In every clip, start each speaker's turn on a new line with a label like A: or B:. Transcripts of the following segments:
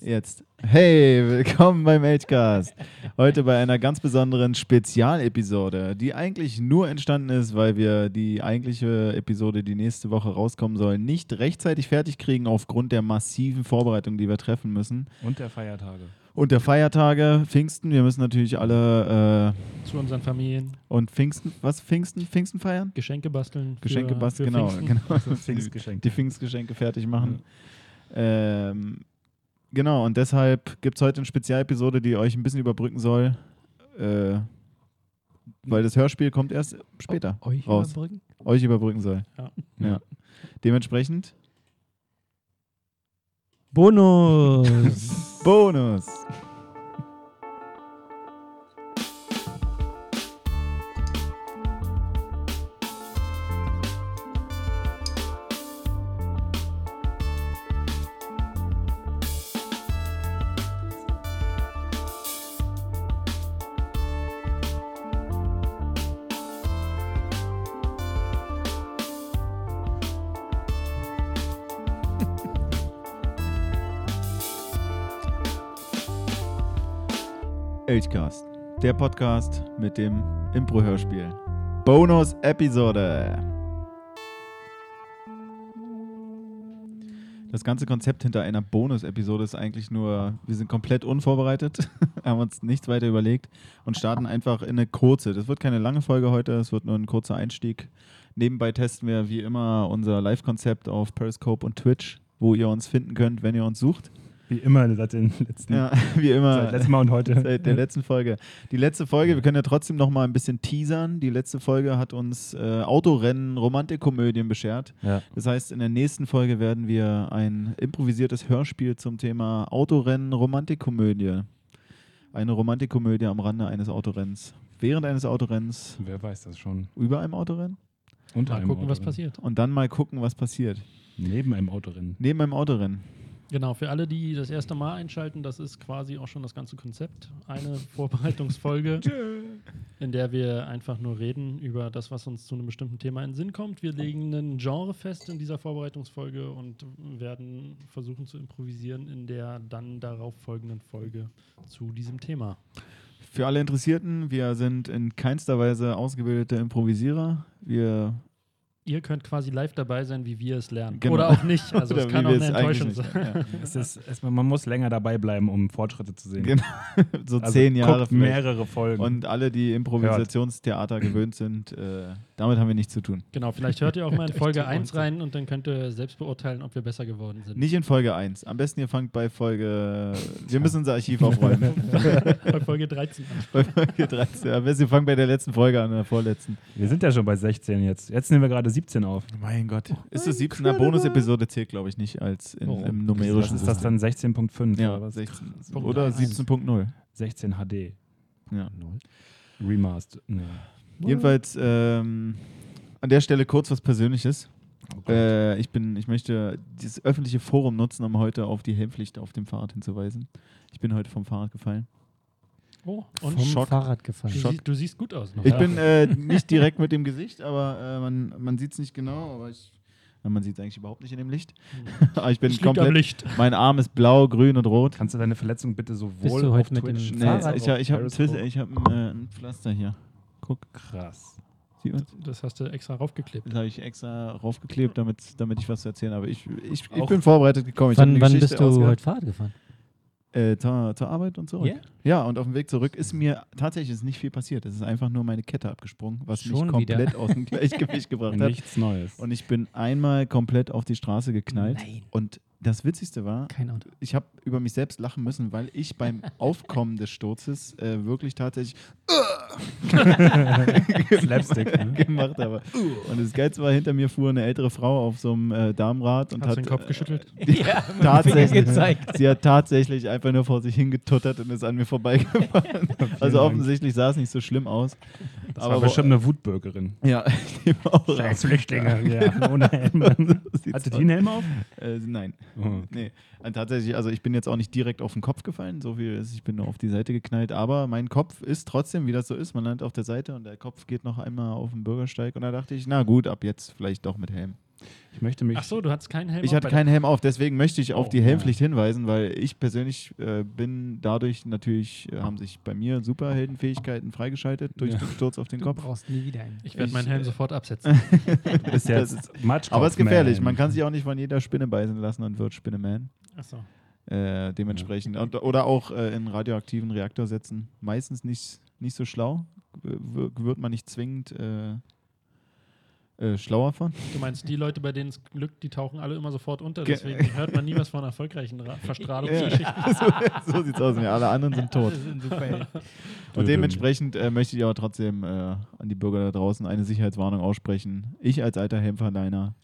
A: Jetzt. Hey, willkommen beim Agecast. Heute bei einer ganz besonderen Spezialepisode, die eigentlich nur entstanden ist, weil wir die eigentliche Episode, die nächste Woche rauskommen soll, nicht rechtzeitig fertig kriegen aufgrund der massiven Vorbereitung, die wir treffen müssen.
B: Und der Feiertage.
A: Und der Feiertage, Pfingsten, wir müssen natürlich alle äh,
B: Zu unseren Familien
A: und Pfingsten, was Pfingsten, Pfingsten feiern?
B: Geschenke basteln.
A: Geschenke
B: für,
A: basteln,
B: für
A: genau,
B: Pfingsten.
A: genau.
B: Also Pfingstgeschenke.
A: die Pfingstgeschenke fertig machen. Ähm, genau, und deshalb gibt es heute eine Spezialepisode, die euch ein bisschen überbrücken soll, äh, weil das Hörspiel kommt erst später
B: Euch
A: raus.
B: überbrücken?
A: Euch überbrücken soll.
B: Ja.
A: Ja. Dementsprechend
C: Bonus!
A: Bonus! Elchcast, der Podcast mit dem Impro-Hörspiel. Bonus-Episode! Das ganze Konzept hinter einer Bonus-Episode ist eigentlich nur, wir sind komplett unvorbereitet, haben uns nichts weiter überlegt und starten einfach in eine kurze. Das wird keine lange Folge heute, es wird nur ein kurzer Einstieg. Nebenbei testen wir wie immer unser Live-Konzept auf Periscope und Twitch, wo ihr uns finden könnt, wenn ihr uns sucht.
C: Wie immer seit den letzten,
A: Ja, wie immer.
C: seit letztem Mal und heute.
A: Seit der letzten Folge. Die letzte Folge, wir können ja trotzdem noch mal ein bisschen teasern. Die letzte Folge hat uns äh, Autorennen, Romantikkomödien beschert.
B: Ja.
A: Das heißt, in der nächsten Folge werden wir ein improvisiertes Hörspiel zum Thema Autorennen, Romantikkomödie. Eine Romantikkomödie am Rande eines Autorennens. Während eines Autorennens,
C: Wer weiß das schon?
A: über einem Autorennen.
C: Unter
B: Mal
C: einem
B: gucken, was
C: Autorennen.
B: passiert.
A: Und dann mal gucken, was passiert.
C: Neben einem Autorennen.
A: Neben einem Autorennen.
B: Genau, für alle, die das erste Mal einschalten, das ist quasi auch schon das ganze Konzept. Eine Vorbereitungsfolge, in der wir einfach nur reden über das, was uns zu einem bestimmten Thema in den Sinn kommt. Wir legen einen Genre fest in dieser Vorbereitungsfolge und werden versuchen zu improvisieren in der dann darauf folgenden Folge zu diesem Thema.
A: Für alle Interessierten, wir sind in keinster Weise ausgebildete Improvisierer. Wir
B: Ihr könnt quasi live dabei sein, wie wir es lernen.
A: Genau.
B: Oder auch nicht. Also
A: Oder
B: es kann
A: wie
B: auch
A: wir
B: eine
A: es eigentlich
B: Enttäuschung
A: nicht-
B: sein.
A: ja.
C: Es ist, es, man muss länger dabei bleiben, um Fortschritte zu sehen. Also
A: Genau, so zehn Jahre
C: guckt
A: vielleicht.
C: mehrere Folgen.
A: Und alle, die Improvisationstheater gewöhnt sind, äh, damit haben wir nichts zu tun.
B: Genau, vielleicht hört ihr auch mal in Folge
C: Echt
B: 1
C: Wahnsinn.
B: rein und dann könnt ihr selbst beurteilen, ob wir besser geworden sind.
A: Nicht in Folge 1. Am besten ihr fangt bei Folge. Wir müssen unser Archiv aufräumen.
B: Bei Folge 13 an.
A: bei Folge 13. Am besten ihr fangt bei der letzten Folge an, der vorletzten.
C: wir sind ja schon bei 16 jetzt. Jetzt nehmen wir gerade 17 auf.
A: Mein Gott. Ist das 17. Bonus-Episode zählt, glaube ich, nicht als in,
B: Oh.
A: im
C: Was
A: numerischen
C: ist das dann? 16.5
A: Ja,
C: oder was?
A: 16.
B: Punkt
A: Oder
B: 1.
A: 17.0.
C: 16 HD.
A: Ja.
C: Remastered. Nee.
A: Jedenfalls ähm, an der Stelle kurz was Persönliches.
C: Oh Gott.
A: Äh, ich, bin, ich möchte dieses öffentliche Forum nutzen, um heute auf die Helmpflicht auf dem Fahrrad hinzuweisen. Ich bin heute vom Fahrrad gefallen.
B: Oh, und
D: vom
A: Schock.
D: Fahrrad
B: du,
D: gefallen.
B: siehst, du siehst gut aus noch.
A: Ich
B: Ja.
A: bin äh, nicht direkt mit dem Gesicht, aber äh, man, man sieht es nicht genau, aber ich. Ja, man sieht es eigentlich überhaupt nicht in dem Licht. aber ich bin
B: Es liegt am
A: komplett.
B: Licht.
A: Mein Arm ist blau, grün und rot.
C: Kannst du deine Verletzung bitte sowohl
D: Bist du
C: auf
D: heute mit dem
C: Twitch
A: Nee,
C: als
D: Fahrrad
C: auch
A: ich, hab- ich habe ein,
C: auf
A: Twister-
C: Periscope?
A: ich hab ein, äh, ein Pflaster hier. Guck,
C: Krass.
A: sieht man's?
B: Das hast du extra raufgeklebt.
A: Das habe ich extra raufgeklebt, damit, damit ich was zu erzählen habe. Ich, ich, ich
B: Auch-
A: bin vorbereitet gekommen. Ich hab
D: wann
A: eine
D: wann
A: Geschichte
D: bist du
A: ausgedacht.
D: heute Fahrrad gefahren?
A: Äh, zur, zur Arbeit und zurück.
D: Ja?
A: Ja, und auf dem Weg zurück ist mir tatsächlich ist nicht viel passiert. Es ist einfach nur meine Kette abgesprungen, was mich
D: Schon wieder.
A: komplett aus dem Gleichgewicht gebracht hat.
C: Nichts Neues.
A: Und ich bin einmal komplett auf die Straße geknallt.
D: Nein.
A: Und das Witzigste war,
D: Kein Auto.
A: ich habe über mich selbst lachen müssen, weil ich beim Aufkommen des Sturzes äh, wirklich tatsächlich
C: Slapstick. Ne?
A: gemacht habe. Und das Geilste war, hinter mir fuhr eine ältere Frau auf so einem äh, Damenrad und
B: Hast du
A: hat äh,
B: den Kopf geschüttelt?
D: Ja,
A: tatsächlich
D: gezeigt.
A: Sie hat tatsächlich einfach nur vor sich hingetuttert und ist an mir vorbeigefahren. also
C: Dank.
A: offensichtlich sah es nicht so schlimm aus.
C: Das war bestimmt eine Wutbürgerin.
A: Ja, ich nehme auch an.
C: Flüchtlinge, ja, ohne Helm.
A: sieht's
C: Hatte die einen Helm auf?
A: Äh, nein.
C: Oh,
A: Nee, und tatsächlich, also ich bin jetzt auch nicht direkt auf den Kopf gefallen, so viel ist, ich bin nur auf die Seite geknallt, aber mein Kopf ist trotzdem, wie das so ist, man landet auf der Seite und der Kopf geht noch einmal auf den Bürgersteig und da dachte ich, na gut, ab jetzt vielleicht doch mit Helm.
C: Ich möchte mich.
B: Ach so, du hattest keinen Helm
A: Ich
B: auf
A: hatte
B: bei der-
A: keinen Helm auf, deswegen möchte ich auf
B: Oh,
A: die Helmpflicht hinweisen, weil ich persönlich äh, bin dadurch natürlich, äh, haben sich bei mir Superheldenfähigkeiten freigeschaltet durch
C: Ja.
A: den Sturz auf den
D: Du
A: Kopf.
D: brauchst nie wieder einen.
B: Ich werde
A: Ich,
B: meinen Helm
A: äh,
B: sofort absetzen.
A: Das-
C: Ist
A: das
C: jetzt
A: ist,
C: Matsch
A: aber es ist gefährlich, man kann sich auch nicht von jeder Spinne beißen lassen und wird Spinneman.
B: Achso.
A: Äh, dementsprechend. Und, oder auch äh, in radioaktiven Reaktor setzen. Meistens nicht, nicht so schlau, w- w- wird man nicht zwingend äh, äh, schlauer von.
B: Du meinst, die Leute, bei denen es glückt, die tauchen alle immer sofort unter.
A: Ge-
B: Deswegen hört man nie was von erfolgreichen Ra
A: Ja.
B: Verstrahlungsgeschichten.
A: so, so sieht's aus, ja, alle anderen sind tot.
D: Das ist ein Superheld.
A: Und dementsprechend äh, möchte ich aber trotzdem äh, an die Bürger da draußen eine Sicherheitswarnung aussprechen. Ich als alter Helmverleiner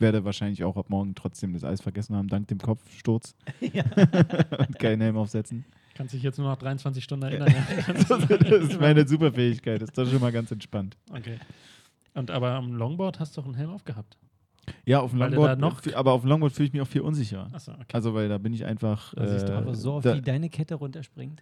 A: werde wahrscheinlich auch ab morgen trotzdem das Eis vergessen haben, dank dem Kopfsturz
D: ja.
A: und keinen Helm aufsetzen.
B: Kannst dich jetzt nur noch 23 Stunden erinnern.
A: Das ist meine Superfähigkeit, ist das schon mal ganz entspannt.
B: okay. Und aber am Longboard hast du doch einen Helm aufgehabt.
A: Ja, auf dem
B: Weil du
A: Longboard,
B: da noch-
A: aber auf dem Longboard fühle ich mich auch viel unsicherer.
B: Achso, okay.
A: Also, weil da bin ich einfach. äh,
B: Da siehst du
D: Aber so oft,
A: da-
D: wie deine Kette runterspringt.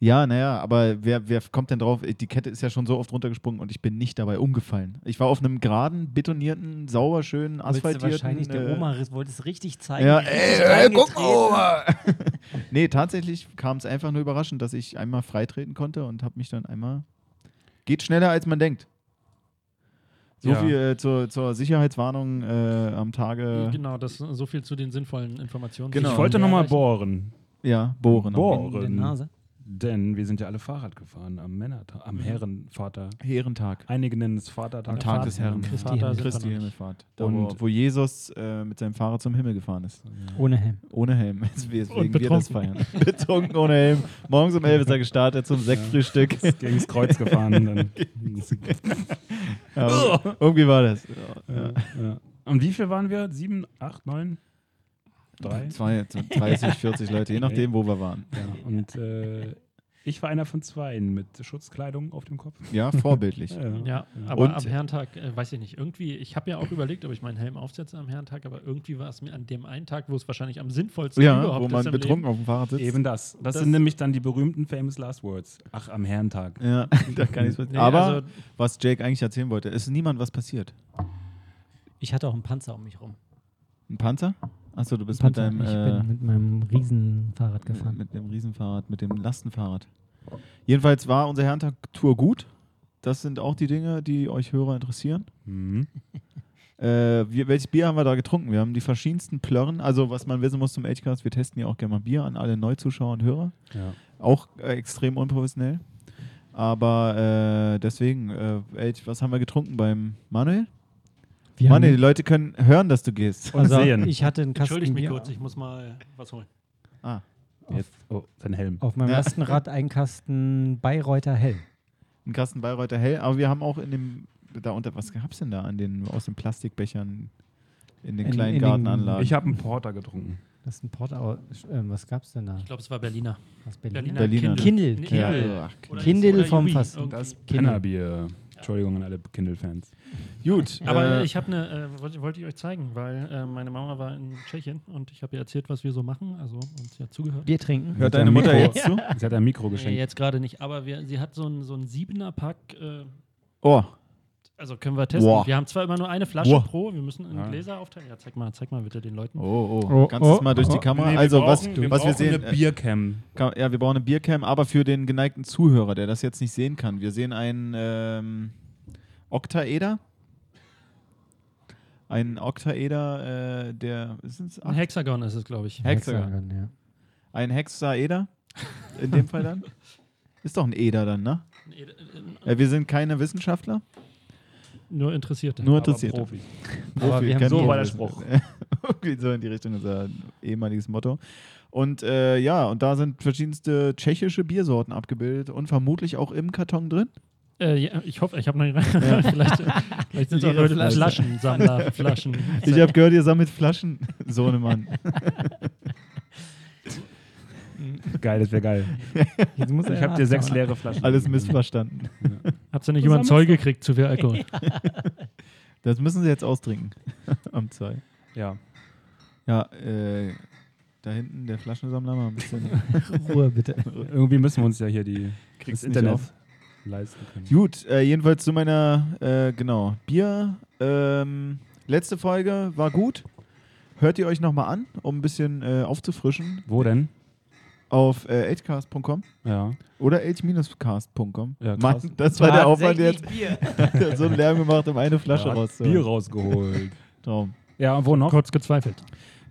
A: Ja, naja, aber wer, wer kommt denn drauf? Die Kette ist ja schon so oft runtergesprungen und ich bin nicht dabei umgefallen. Ich war auf einem geraden, betonierten, sauber schönen,
D: Wolltest du
A: asphaltierten.
D: wahrscheinlich der
A: äh,
D: Oma riss- wollte es richtig zeigen.
A: Ja,
D: richtig
A: ey, ey, guck mal,
D: reingetreten.
A: Oma! nee, tatsächlich kam es einfach nur überraschend, dass ich einmal freitreten konnte und habe mich dann einmal. Geht schneller, als man denkt. So
C: Ja.
A: viel äh, zur, zur Sicherheitswarnung äh, am Tage.
B: Genau, das so viel zu den sinnvollen Informationen.
A: Genau.
C: Ich wollte nochmal bohren,
B: bohren.
A: Ja, bohren.
C: Bohr-
D: In der
C: Ohren.
D: Nase.
C: denn wir sind ja alle Fahrrad gefahren am Männertag, am Herrenvater.
A: Herrentag.
C: Einige nennen es Vatertag.
A: Mhm. Am Tag des Herrn.
D: Christi
B: Vater
D: Himmelfahrt.
B: sind wir
A: Christi
B: noch nicht.
A: Himmelfahrt. Da, wo,
C: Und-
A: wo Jesus äh, mit seinem Fahrrad zum Himmel gefahren ist.
D: Ohne Helm.
A: Ohne Helm. Deswegen
B: Und
A: wir das feiern.
B: betrunken.
A: betrunken ohne Helm. Morgens um 11 ist er gestartet zum Sektfrühstück.
C: Gegens Kreuz gefahren. Dann.
A: Ja, irgendwie war das.
C: ja. Ja. Und wie viel waren wir? Sieben, acht, neun? Drei?
A: Zwei, 30, 40 Leute, je nachdem, wo wir waren.
C: Ja. Und äh, ich war einer von zweien mit Schutzkleidung auf dem Kopf.
A: Ja, vorbildlich.
B: Ja, aber
A: Und-
B: am Herrentag, äh, weiß ich nicht, irgendwie, ich habe ja auch überlegt, ob ich meinen Helm aufsetze am Herrentag, aber irgendwie war es mir an dem einen Tag, wo es wahrscheinlich am sinnvollsten
A: Ja,
B: überhaupt
A: wo man
B: ist im
A: betrunken auf dem Fahrrad sitzt.
C: Eben das. das.
B: Das-
C: sind nämlich dann die berühmten Famous Last Words. Ach, am Herrentag.
A: Ja, da kann ich's mit.
B: Nee,
A: Aber
B: also-
A: was Jake eigentlich erzählen wollte, ist niemand was passiert.
D: Ich hatte auch einen Panzer um mich rum.
A: Ein Panzer? Achso, du bist
D: Panzer,
A: mit
D: ich
A: deinem.
D: bin mit meinem Riesenfahrrad
A: äh,
D: gefahren.
A: mit dem Riesenfahrrad, mit dem Lastenfahrrad. Jedenfalls war unsere Herrentag-Tour gut. Das sind auch die Dinge, die euch Hörer interessieren.
C: Mhm.
A: Äh, wir, welches Bier haben wir da getrunken? Wir haben die verschiedensten Plörren. Also, was man wissen muss zum Edgecast, wir testen ja auch gerne mal Bier an alle Neuzuschauer und Hörer.
C: Ja.
A: Auch äh, extrem unprofessionell. Aber äh, deswegen, äh, Elch, was haben wir getrunken beim Manuel?
D: Wir
A: Manuel, die
D: haben- also
A: Leute können hören, dass du gehst.
C: Und sehen.
D: Ich hatte einen Kasten
B: Entschuldigt mich
D: Bier
B: kurz, ich muss mal was holen.
A: Ah,
C: Jetzt, oh, sein Helm.
D: auf meinem
A: Ja.
D: ersten Rad, einen Kasten Bayreuther Hell.
A: ein Kasten Bayreuther Hell. Aber wir haben auch in dem, da unter, was gab's denn da an den, aus den Plastikbechern in den
D: In-
A: kleinen
D: in den-
A: Gartenanlagen?
C: Ich habe einen Porter getrunken.
D: Das ist ein Port, aber ähm, was gab's denn da?
B: Ich glaube, es war Berliner.
D: Was
B: Berliner,
A: Berliner.
D: Kindle.
B: Nee,
A: Ja.
B: Kindle.
A: Ja. Ach,
B: Oder-
D: Kindle
B: oder
D: vom
B: Yubi,
D: Fass.
B: irgendwie.
C: Das
D: Kindle.
C: Pennerbier. Entschuldigung an alle Kindle-Fans.
A: Gut.
B: Aber
A: äh,
B: ich habe eine, äh, wollte, wollte ich euch zeigen, weil äh, meine Mama war in Tschechien und ich habe ihr erzählt, was wir so machen. Also und sie hat zugehört.
D: Bier trinken.
A: hört
C: Sie hat
A: deine
C: ein
A: Mutter
C: Mikro-
A: jetzt zu?
C: Sie hat ein Mikro
B: Nee,
C: geschenkt.
B: jetzt gerade nicht, aber wir, sie hat so einen so ein Siebener-Pack. Äh,
A: Oh,
B: also können wir testen.
A: Boah.
B: Wir haben zwar immer nur eine Flasche
A: Boah.
B: pro, wir müssen in
C: Ja.
B: Gläser aufteilen. Ja, zeig mal, zeig mal bitte den Leuten.
A: oh, oh.
D: Oh,
A: Kannst du es
D: oh,
A: mal durch die
D: oh.
A: Kamera? also, was, was wir sehen.
C: Eine Biercam.
A: Ka- Ja, wir brauchen eine Biercam, aber für den geneigten Zuhörer, der das jetzt nicht sehen kann, wir sehen einen ähm, Oktaeder. Ein Oktaeder, äh, der. Ist es
B: Ein Hexagon ist es, glaube ich.
A: Hexagon.
D: Hexagon, ja.
A: Ein Hexaeder. In dem Fall dann. Ist doch ein Eder dann, ne?
B: Nee, äh,
A: Ja, wir sind keine Wissenschaftler,
B: Nur Interessierte.
A: nur interessiert.
C: Profi.
D: Aber wir haben
A: kennen
D: so
A: die
D: war der
A: Wissen.
C: Spruch.
A: Irgendwie so in die Richtung unser ehemaliges Motto. Und äh, ja, und da sind verschiedenste tschechische Biersorten abgebildet und vermutlich auch im Karton drin.
B: Äh, ja, ich hoffe, ich habe noch vielleicht, äh, vielleicht sind es auch
A: Leere
B: Leute
A: Flasche.
B: Flaschensammler, Flaschen.
A: Ich habe gehört, ihr sammelt Flaschen, Sohnemann.
C: Geil, das wäre geil.
D: Jetzt muss
C: Ich habe dir sechs leere Flaschen.
A: Alles missverstanden.
B: Hat's ja nicht über einen Zoll gekriegt, zu viel Alkohol.
A: Das müssen sie jetzt austrinken. Am Zoll.
C: Ja.
A: Ja, äh, da hinten der Flaschensammler mal ein bisschen.
D: Ruhe, bitte.
C: Irgendwie müssen wir uns ja hier die,
A: Kriegst
C: das
A: nicht
C: Internet
A: auf.
C: leisten können.
A: Gut, äh, jedenfalls zu meiner, äh, genau, Bier. Ähm, Letzte Folge war gut. Hört ihr euch nochmal an, um ein bisschen äh, aufzufrischen
C: Wo denn?
A: auf äh, hcast.com
C: Ja.
A: oder h-cast.com.
C: Ja, krass.
A: Mann, das war der Aufwand jetzt. so einen Lärm gemacht, um eine Flasche
C: Ja, Bier
A: rauszuholen.
C: rausgeholt.
A: Traum.
C: ja, und wo noch?
B: Kurz gezweifelt.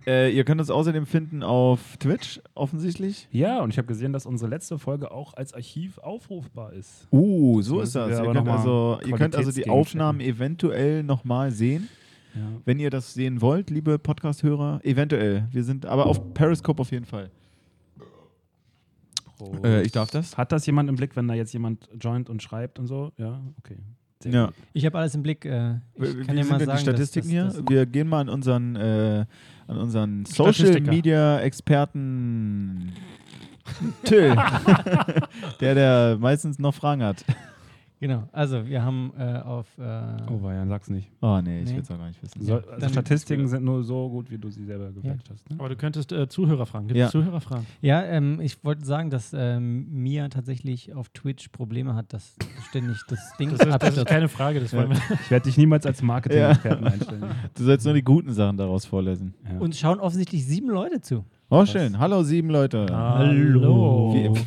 A: Äh, ihr könnt uns außerdem finden auf Twitch, offensichtlich.
C: Ja, und ich habe gesehen, dass unsere letzte Folge auch als Archiv aufrufbar ist.
A: Uh, so
C: Müssen
A: ist das.
C: wir
A: Ihr
C: aber
A: könnt,
C: noch mal
A: also, ihr könnt also die
C: Qualitätsgegen
A: Aufnahmen eventuell nochmal sehen,
C: Ja.
A: wenn ihr das sehen wollt, liebe Podcast-Hörer. Eventuell. Wir sind aber auf Periscope auf jeden Fall. Äh, ich darf das?
C: Hat das jemand im Blick, wenn da jetzt jemand joint und schreibt und so? Ja, okay. Sehr
A: Ja.
C: gut.
D: Ich habe alles im Blick. Äh, ich
A: Wie
D: kann dir
A: sind
D: mal
A: denn
D: sagen,
A: die Statistiken
D: dass, dass,
A: hier? Wir gehen mal an unseren, äh, an unseren Social
B: Statistiker.
A: Media Experten Till, der, der meistens noch Fragen hat.
D: Genau. Also, wir haben äh, auf. Äh,
C: Oh, war ja, sag's nicht.
A: Oh nee, ich
D: Nee.
A: will es auch gar nicht wissen.
C: So, also
D: dann-
C: Statistiken sind nur so gut, wie du sie selber gewertet hast. Ne?
B: Aber du könntest äh, Zuhörer fragen. Gibt
A: Ja.
B: es Zuhörer fragen?
D: Ja, ähm, ich wollte sagen, dass ähm, Mia tatsächlich auf Twitch Probleme hat, dass ständig das Ding
B: Das ist, das ist
D: abstürzt.
B: keine Frage, das wollen wir.
C: Ich werde dich niemals als Marketing-Experten einstellen.
A: Du sollst nur die guten Sachen daraus vorlesen.
C: Ja.
D: Uns schauen offensichtlich sieben Leute zu.
A: Oh, schön. Hallo, sieben Leute.
B: Hallo.
A: Wie,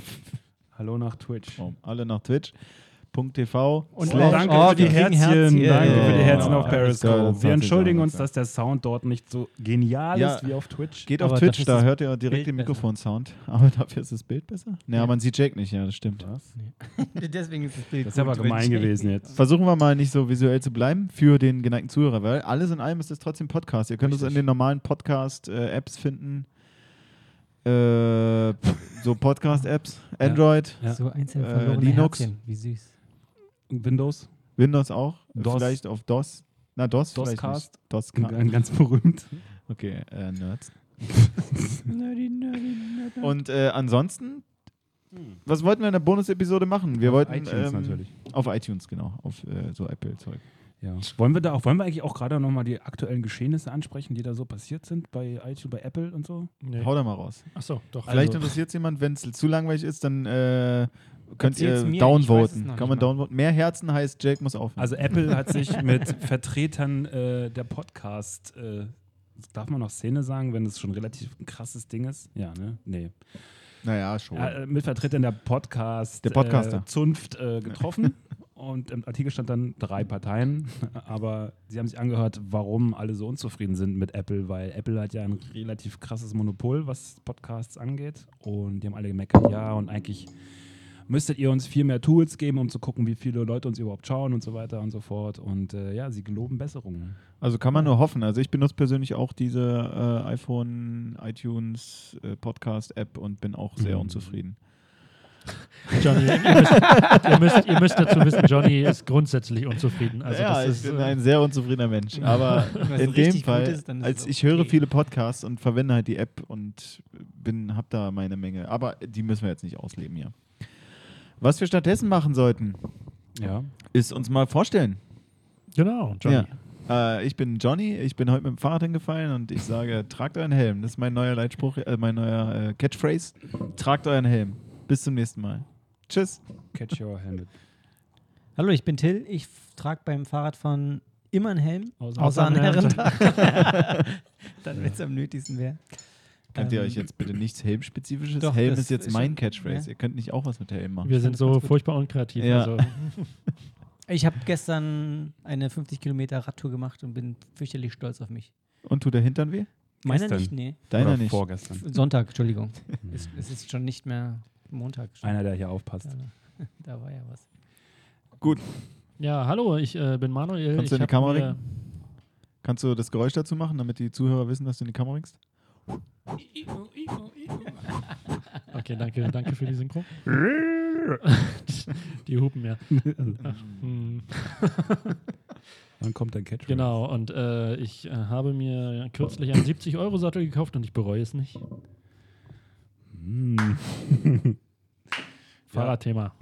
C: Hallo nach Twitch.
A: oh, alle nach twitch.tv.
D: Und
A: slash-
D: auch-
C: danke
D: Oh,
C: für die
D: wir kriegen
C: Herzchen.
D: Herzchen.
C: Danke für die
A: Ja.
C: Herzchen auf
A: Ja, das
C: Periscope.
A: ist
C: Wir
A: geil.
C: entschuldigen uns,
A: 20,
C: dass der Sound dort nicht so genial
A: Ja.
C: ist wie auf Twitch.
A: Geht auf
D: Aber
A: Twitch,
D: dafür ist
A: da
D: das
A: hört ihr direkt
D: Bild
A: den
D: besser.
A: Mikrofonsound. Aber dafür ist das Bild besser? Naja,
D: Ja.
A: man sieht Jake nicht, ja, das stimmt.
C: Was?
D: Deswegen ist das Bild.
C: Das ist aber gemein gewesen jetzt.
A: Versuchen wir mal nicht so visuell zu bleiben für den geneigten Zuhörer, weil alles in allem ist es trotzdem Podcast. Ihr könnt uns in den normalen Podcast-Apps finden. Äh, pff, so Podcast-Apps,
C: Ja.
A: Android,
C: Ja.
D: So einzeln
A: Äh,
D: verlorene
A: Linux.
D: Herzchen. Wie süß.
C: Windows,
A: Windows auch,
C: DOS.
A: vielleicht auf DOS. Na, DOS, vielleicht nicht.
C: DOScast.
A: DOScast.
C: ganz berühmt.
A: Okay, äh, Nerds.
D: Nerdy, nerdy,
C: Mhm.
D: nerdy.
A: Und äh, ansonsten,
D: Hm.
A: was wollten wir in der Bonus-Episode machen? Wir wollten
C: iTunes
A: ähm,
C: natürlich.
A: Auf iTunes, genau. Auf äh, so Apple-Zeug.
C: Ja. Wollen wir da auch, wollen wir eigentlich auch gerade nochmal die aktuellen Geschehnisse ansprechen, die da so passiert sind bei iTunes, bei Apple und so?
B: Nee.
A: Hau da mal raus.
B: Achso, doch.
D: Also
B: also
A: Vielleicht interessiert es jemand, wenn es zu langweilig ist, dann äh, könnt
D: Erzähl's
A: ihr
D: mir, ich weiß es
A: downvoten. Kann
D: noch nicht
A: man
D: mal.
A: downvoten. Mehr Herzen heißt, Jake muss aufhören.
C: Also Apple hat sich mit Vertretern äh, der Podcast, äh, darf man noch Szene sagen, wenn es schon relativ ein krasses Ding ist? Ja, ne? Nee.
A: naja, schon.
C: Äh, mit Vertretern der Podcast
A: Der Podcaster.
C: äh, Zunft äh, getroffen. Und im Artikel stand dann drei Parteien, aber sie haben sich angehört, warum alle so unzufrieden sind mit Apple, weil Apple hat ja ein relativ krasses Monopol, was Podcasts angeht. Und die haben alle gemeckert, ja, und eigentlich müsstet ihr uns viel mehr Tools geben, um zu gucken, wie viele Leute uns überhaupt schauen und so weiter und so fort. Und äh, ja, sie geloben Besserungen.
A: Also kann man nur hoffen. Also ich benutze persönlich auch diese äh, iPhone, iTunes, äh, Podcast-App und bin auch sehr
C: Mhm.
A: unzufrieden.
B: Johnny, ihr müsst, ihr, müsst, ihr müsst dazu wissen, Johnny ist grundsätzlich unzufrieden. Also
A: ja,
B: das ist,
A: ich bin
B: äh,
A: ein sehr unzufriedener Mensch. Aber
D: Wenn es
A: in
D: richtig
A: dem
D: gut
A: Fall,
D: ist, dann ist
A: als
D: es
A: ich
D: okay.
A: höre viele Podcasts und verwende halt die App und bin, hab da meine Menge. Aber die müssen wir jetzt nicht ausleben hier. Was wir stattdessen machen sollten,
C: Ja.
A: ist uns mal vorstellen.
B: genau, Johnny.
A: Ja. Äh, ich bin Johnny, ich bin heute mit dem Fahrrad hingefallen und ich sage, tragt euren Helm. Das ist mein neuer Leitspruch, äh, mein neuer äh, Catchphrase. Tragt euren Helm. Bis zum nächsten Mal. Tschüss.
C: Catch your hand.
D: Hallo, ich bin Till. Ich trage beim Fahrradfahren immer einen Helm.
B: Außer-
D: Außer, an
B: außer an
D: Herrentag. dann, wenn es am nötigsten wäre.
A: Könnt ihr
D: Ähm,
A: euch jetzt bitte nichts Helmspezifisches?
D: doch,
A: Helm
D: das
A: ist jetzt
D: ist
A: mein
D: schon-
A: Catchphrase.
D: ja.
A: Ihr könnt nicht auch was mit Helm machen.
B: Wir sind so
D: ganz gut.
B: furchtbar unkreativ.
A: Ja.
B: Also,
D: Ich habe gestern eine 50 Kilometer Radtour gemacht und bin fürchterlich stolz auf mich.
A: Und tut der Hintern weh?
D: Meiner
C: Gestern.
D: nicht, nee.
A: Deiner
C: Oder
A: nicht.
C: Vorgestern.
D: Sonntag, Entschuldigung.
A: Hm.
D: es, es ist schon nicht mehr Montag. Schon.
C: Einer, der hier aufpasst.
D: Da war ja was.
B: ja, hallo, ich äh, bin Manuel.
A: Kannst du
B: ich
A: in die
B: hab
A: Kamera
B: mir-
A: Kannst du das Geräusch dazu machen, damit die Zuhörer wissen, dass du in die Kamera regst?
B: Okay, danke, danke für die Synchro. die hupen ja. Hm,
C: Wann kommt dein Catch?
B: genau, und äh, ich äh, habe mir kürzlich einen 70-Euro-Sattel gekauft und ich bereue es nicht.
C: Genau.
A: Hm.
B: Fahrradthema.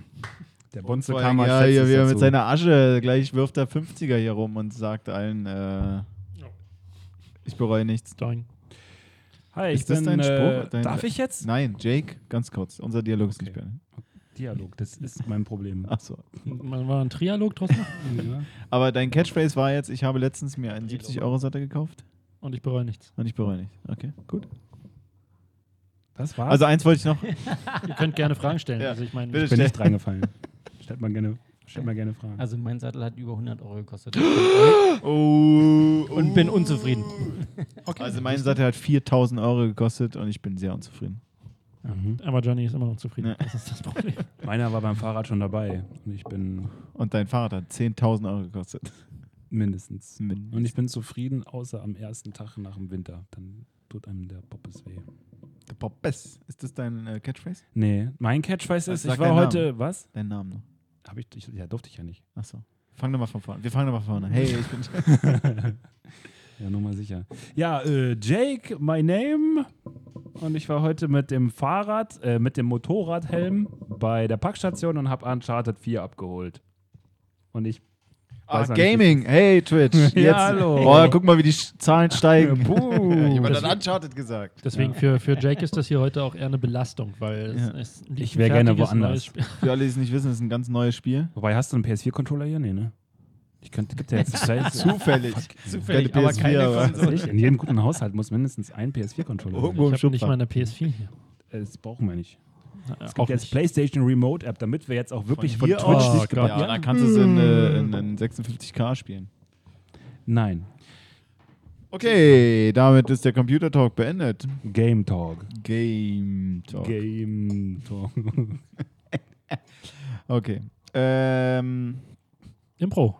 C: Der Bonzo
A: Vor
C: kam
A: allem, ja,
C: als
A: hier
C: letztes
A: wieder
C: dazu.
A: mit seiner Asche. Gleich wirft er 50er hier rum und sagt allen, äh, ich bereue nichts.
B: Doing.
C: Hi, ich
A: Ist das
C: bin,
A: dein
C: äh,
A: Spruch? Dein-
C: darf ich jetzt?
A: Nein, Jake, ganz kurz. Unser Dialog ist nicht beendet.
C: Dialog, das ist mein Problem.
A: Ach so.
B: Man war ein Trialog draus machen
C: Ja.
A: Aber dein Catchphrase war jetzt, ich habe letztens mir einen 70-Euro-Satter gekauft
B: und ich bereue nichts.
A: und ich bereue nicht. Okay, gut.
C: Das war's.
A: Also eins wollte ich noch.
B: Ihr könnt gerne Fragen stellen.
A: Ja,
B: Also ich meine,
A: bitte.
C: ich bin nicht reingefallen. Stellt mal gerne, stellt mal gerne Fragen.
D: Also mein Sattel hat über 100 Euro gekostet.
A: Oh,
D: Und bin unzufrieden.
A: Also mein Sattel hat 4000 Euro gekostet und ich bin sehr unzufrieden.
C: Mhm.
B: aber Johnny ist immer noch zufrieden.
A: Ja.
B: Das ist das Problem.
C: Meiner war beim Fahrrad schon dabei und ich bin
A: Und dein Fahrrad hat 10.000 Euro gekostet.
C: mindestens.
A: Mindestens.
C: Und ich bin zufrieden, außer am ersten Tag nach dem Winter. Dann tut einem der Poppes weh.
A: Der Poppes. Ist das dein äh, Catchphrase?
C: Nee, mein Catchphrase
A: Was
C: ist,
A: sagt
C: ich war
A: dein Name?
C: heute, was?
A: Dein Name noch.
C: Hab ich, ich, ja, durfte ich ja nicht.
A: Achso. Fang doch mal von vorne. Wir fangen doch mal von vorne. Hey, ich bin.
C: Ja, nur mal sicher. Ja, äh, Jake, my name. Und ich war heute mit dem Fahrrad, äh, mit dem Motorradhelm bei der Packstation und habe Uncharted 4 abgeholt. Und ich.
A: Ah,
C: weiß noch
A: Gaming. Hey, Twitch. Jetzt.
C: Ja, hallo.
A: Oh, guck mal, wie die Sch- Zahlen
C: äh,
A: steigen. Jemand
B: hat
A: Uncharted gesagt.
B: Deswegen für, für Jake ist das hier heute auch eher eine Belastung, weil
A: Ja.
B: es, es liegt
C: Ich
B: ein
C: wär gerne
B: fertiges
C: woanders.
B: neues Spiel.
A: Für alle, die es nicht wissen, ist ein ganz neues Spiel.
C: Wobei, hast du einen PS4-Controller hier? Nee, ne? Ich könnte, gibt ja jetzt Also
A: Zufällig.
E: Zufällig,
A: Keine
E: aber
A: PS4,
E: keine
A: aber-
E: Konsole.
C: In jedem guten Haushalt muss mindestens ein PS4-Controller sein.
A: Irgendwo im
B: Ich habe nicht
A: Schubfach.
B: mal eine PS4 hier.
C: Äh, Das brauchen wir nicht. Es
B: Auch
C: gibt jetzt
B: nicht.
C: PlayStation Remote App, damit wir jetzt auch wirklich von,
A: hier
C: Twitch
A: aus?
C: nicht
B: Oh Gott.
A: Ja, da kannst du es in, äh, in, in 56K spielen.
C: Nein,
A: Okay, damit ist der Computer Talk beendet.
C: Game Talk.
A: Game Talk.
C: Game Talk.
A: Okay. Ähm,
B: Impro.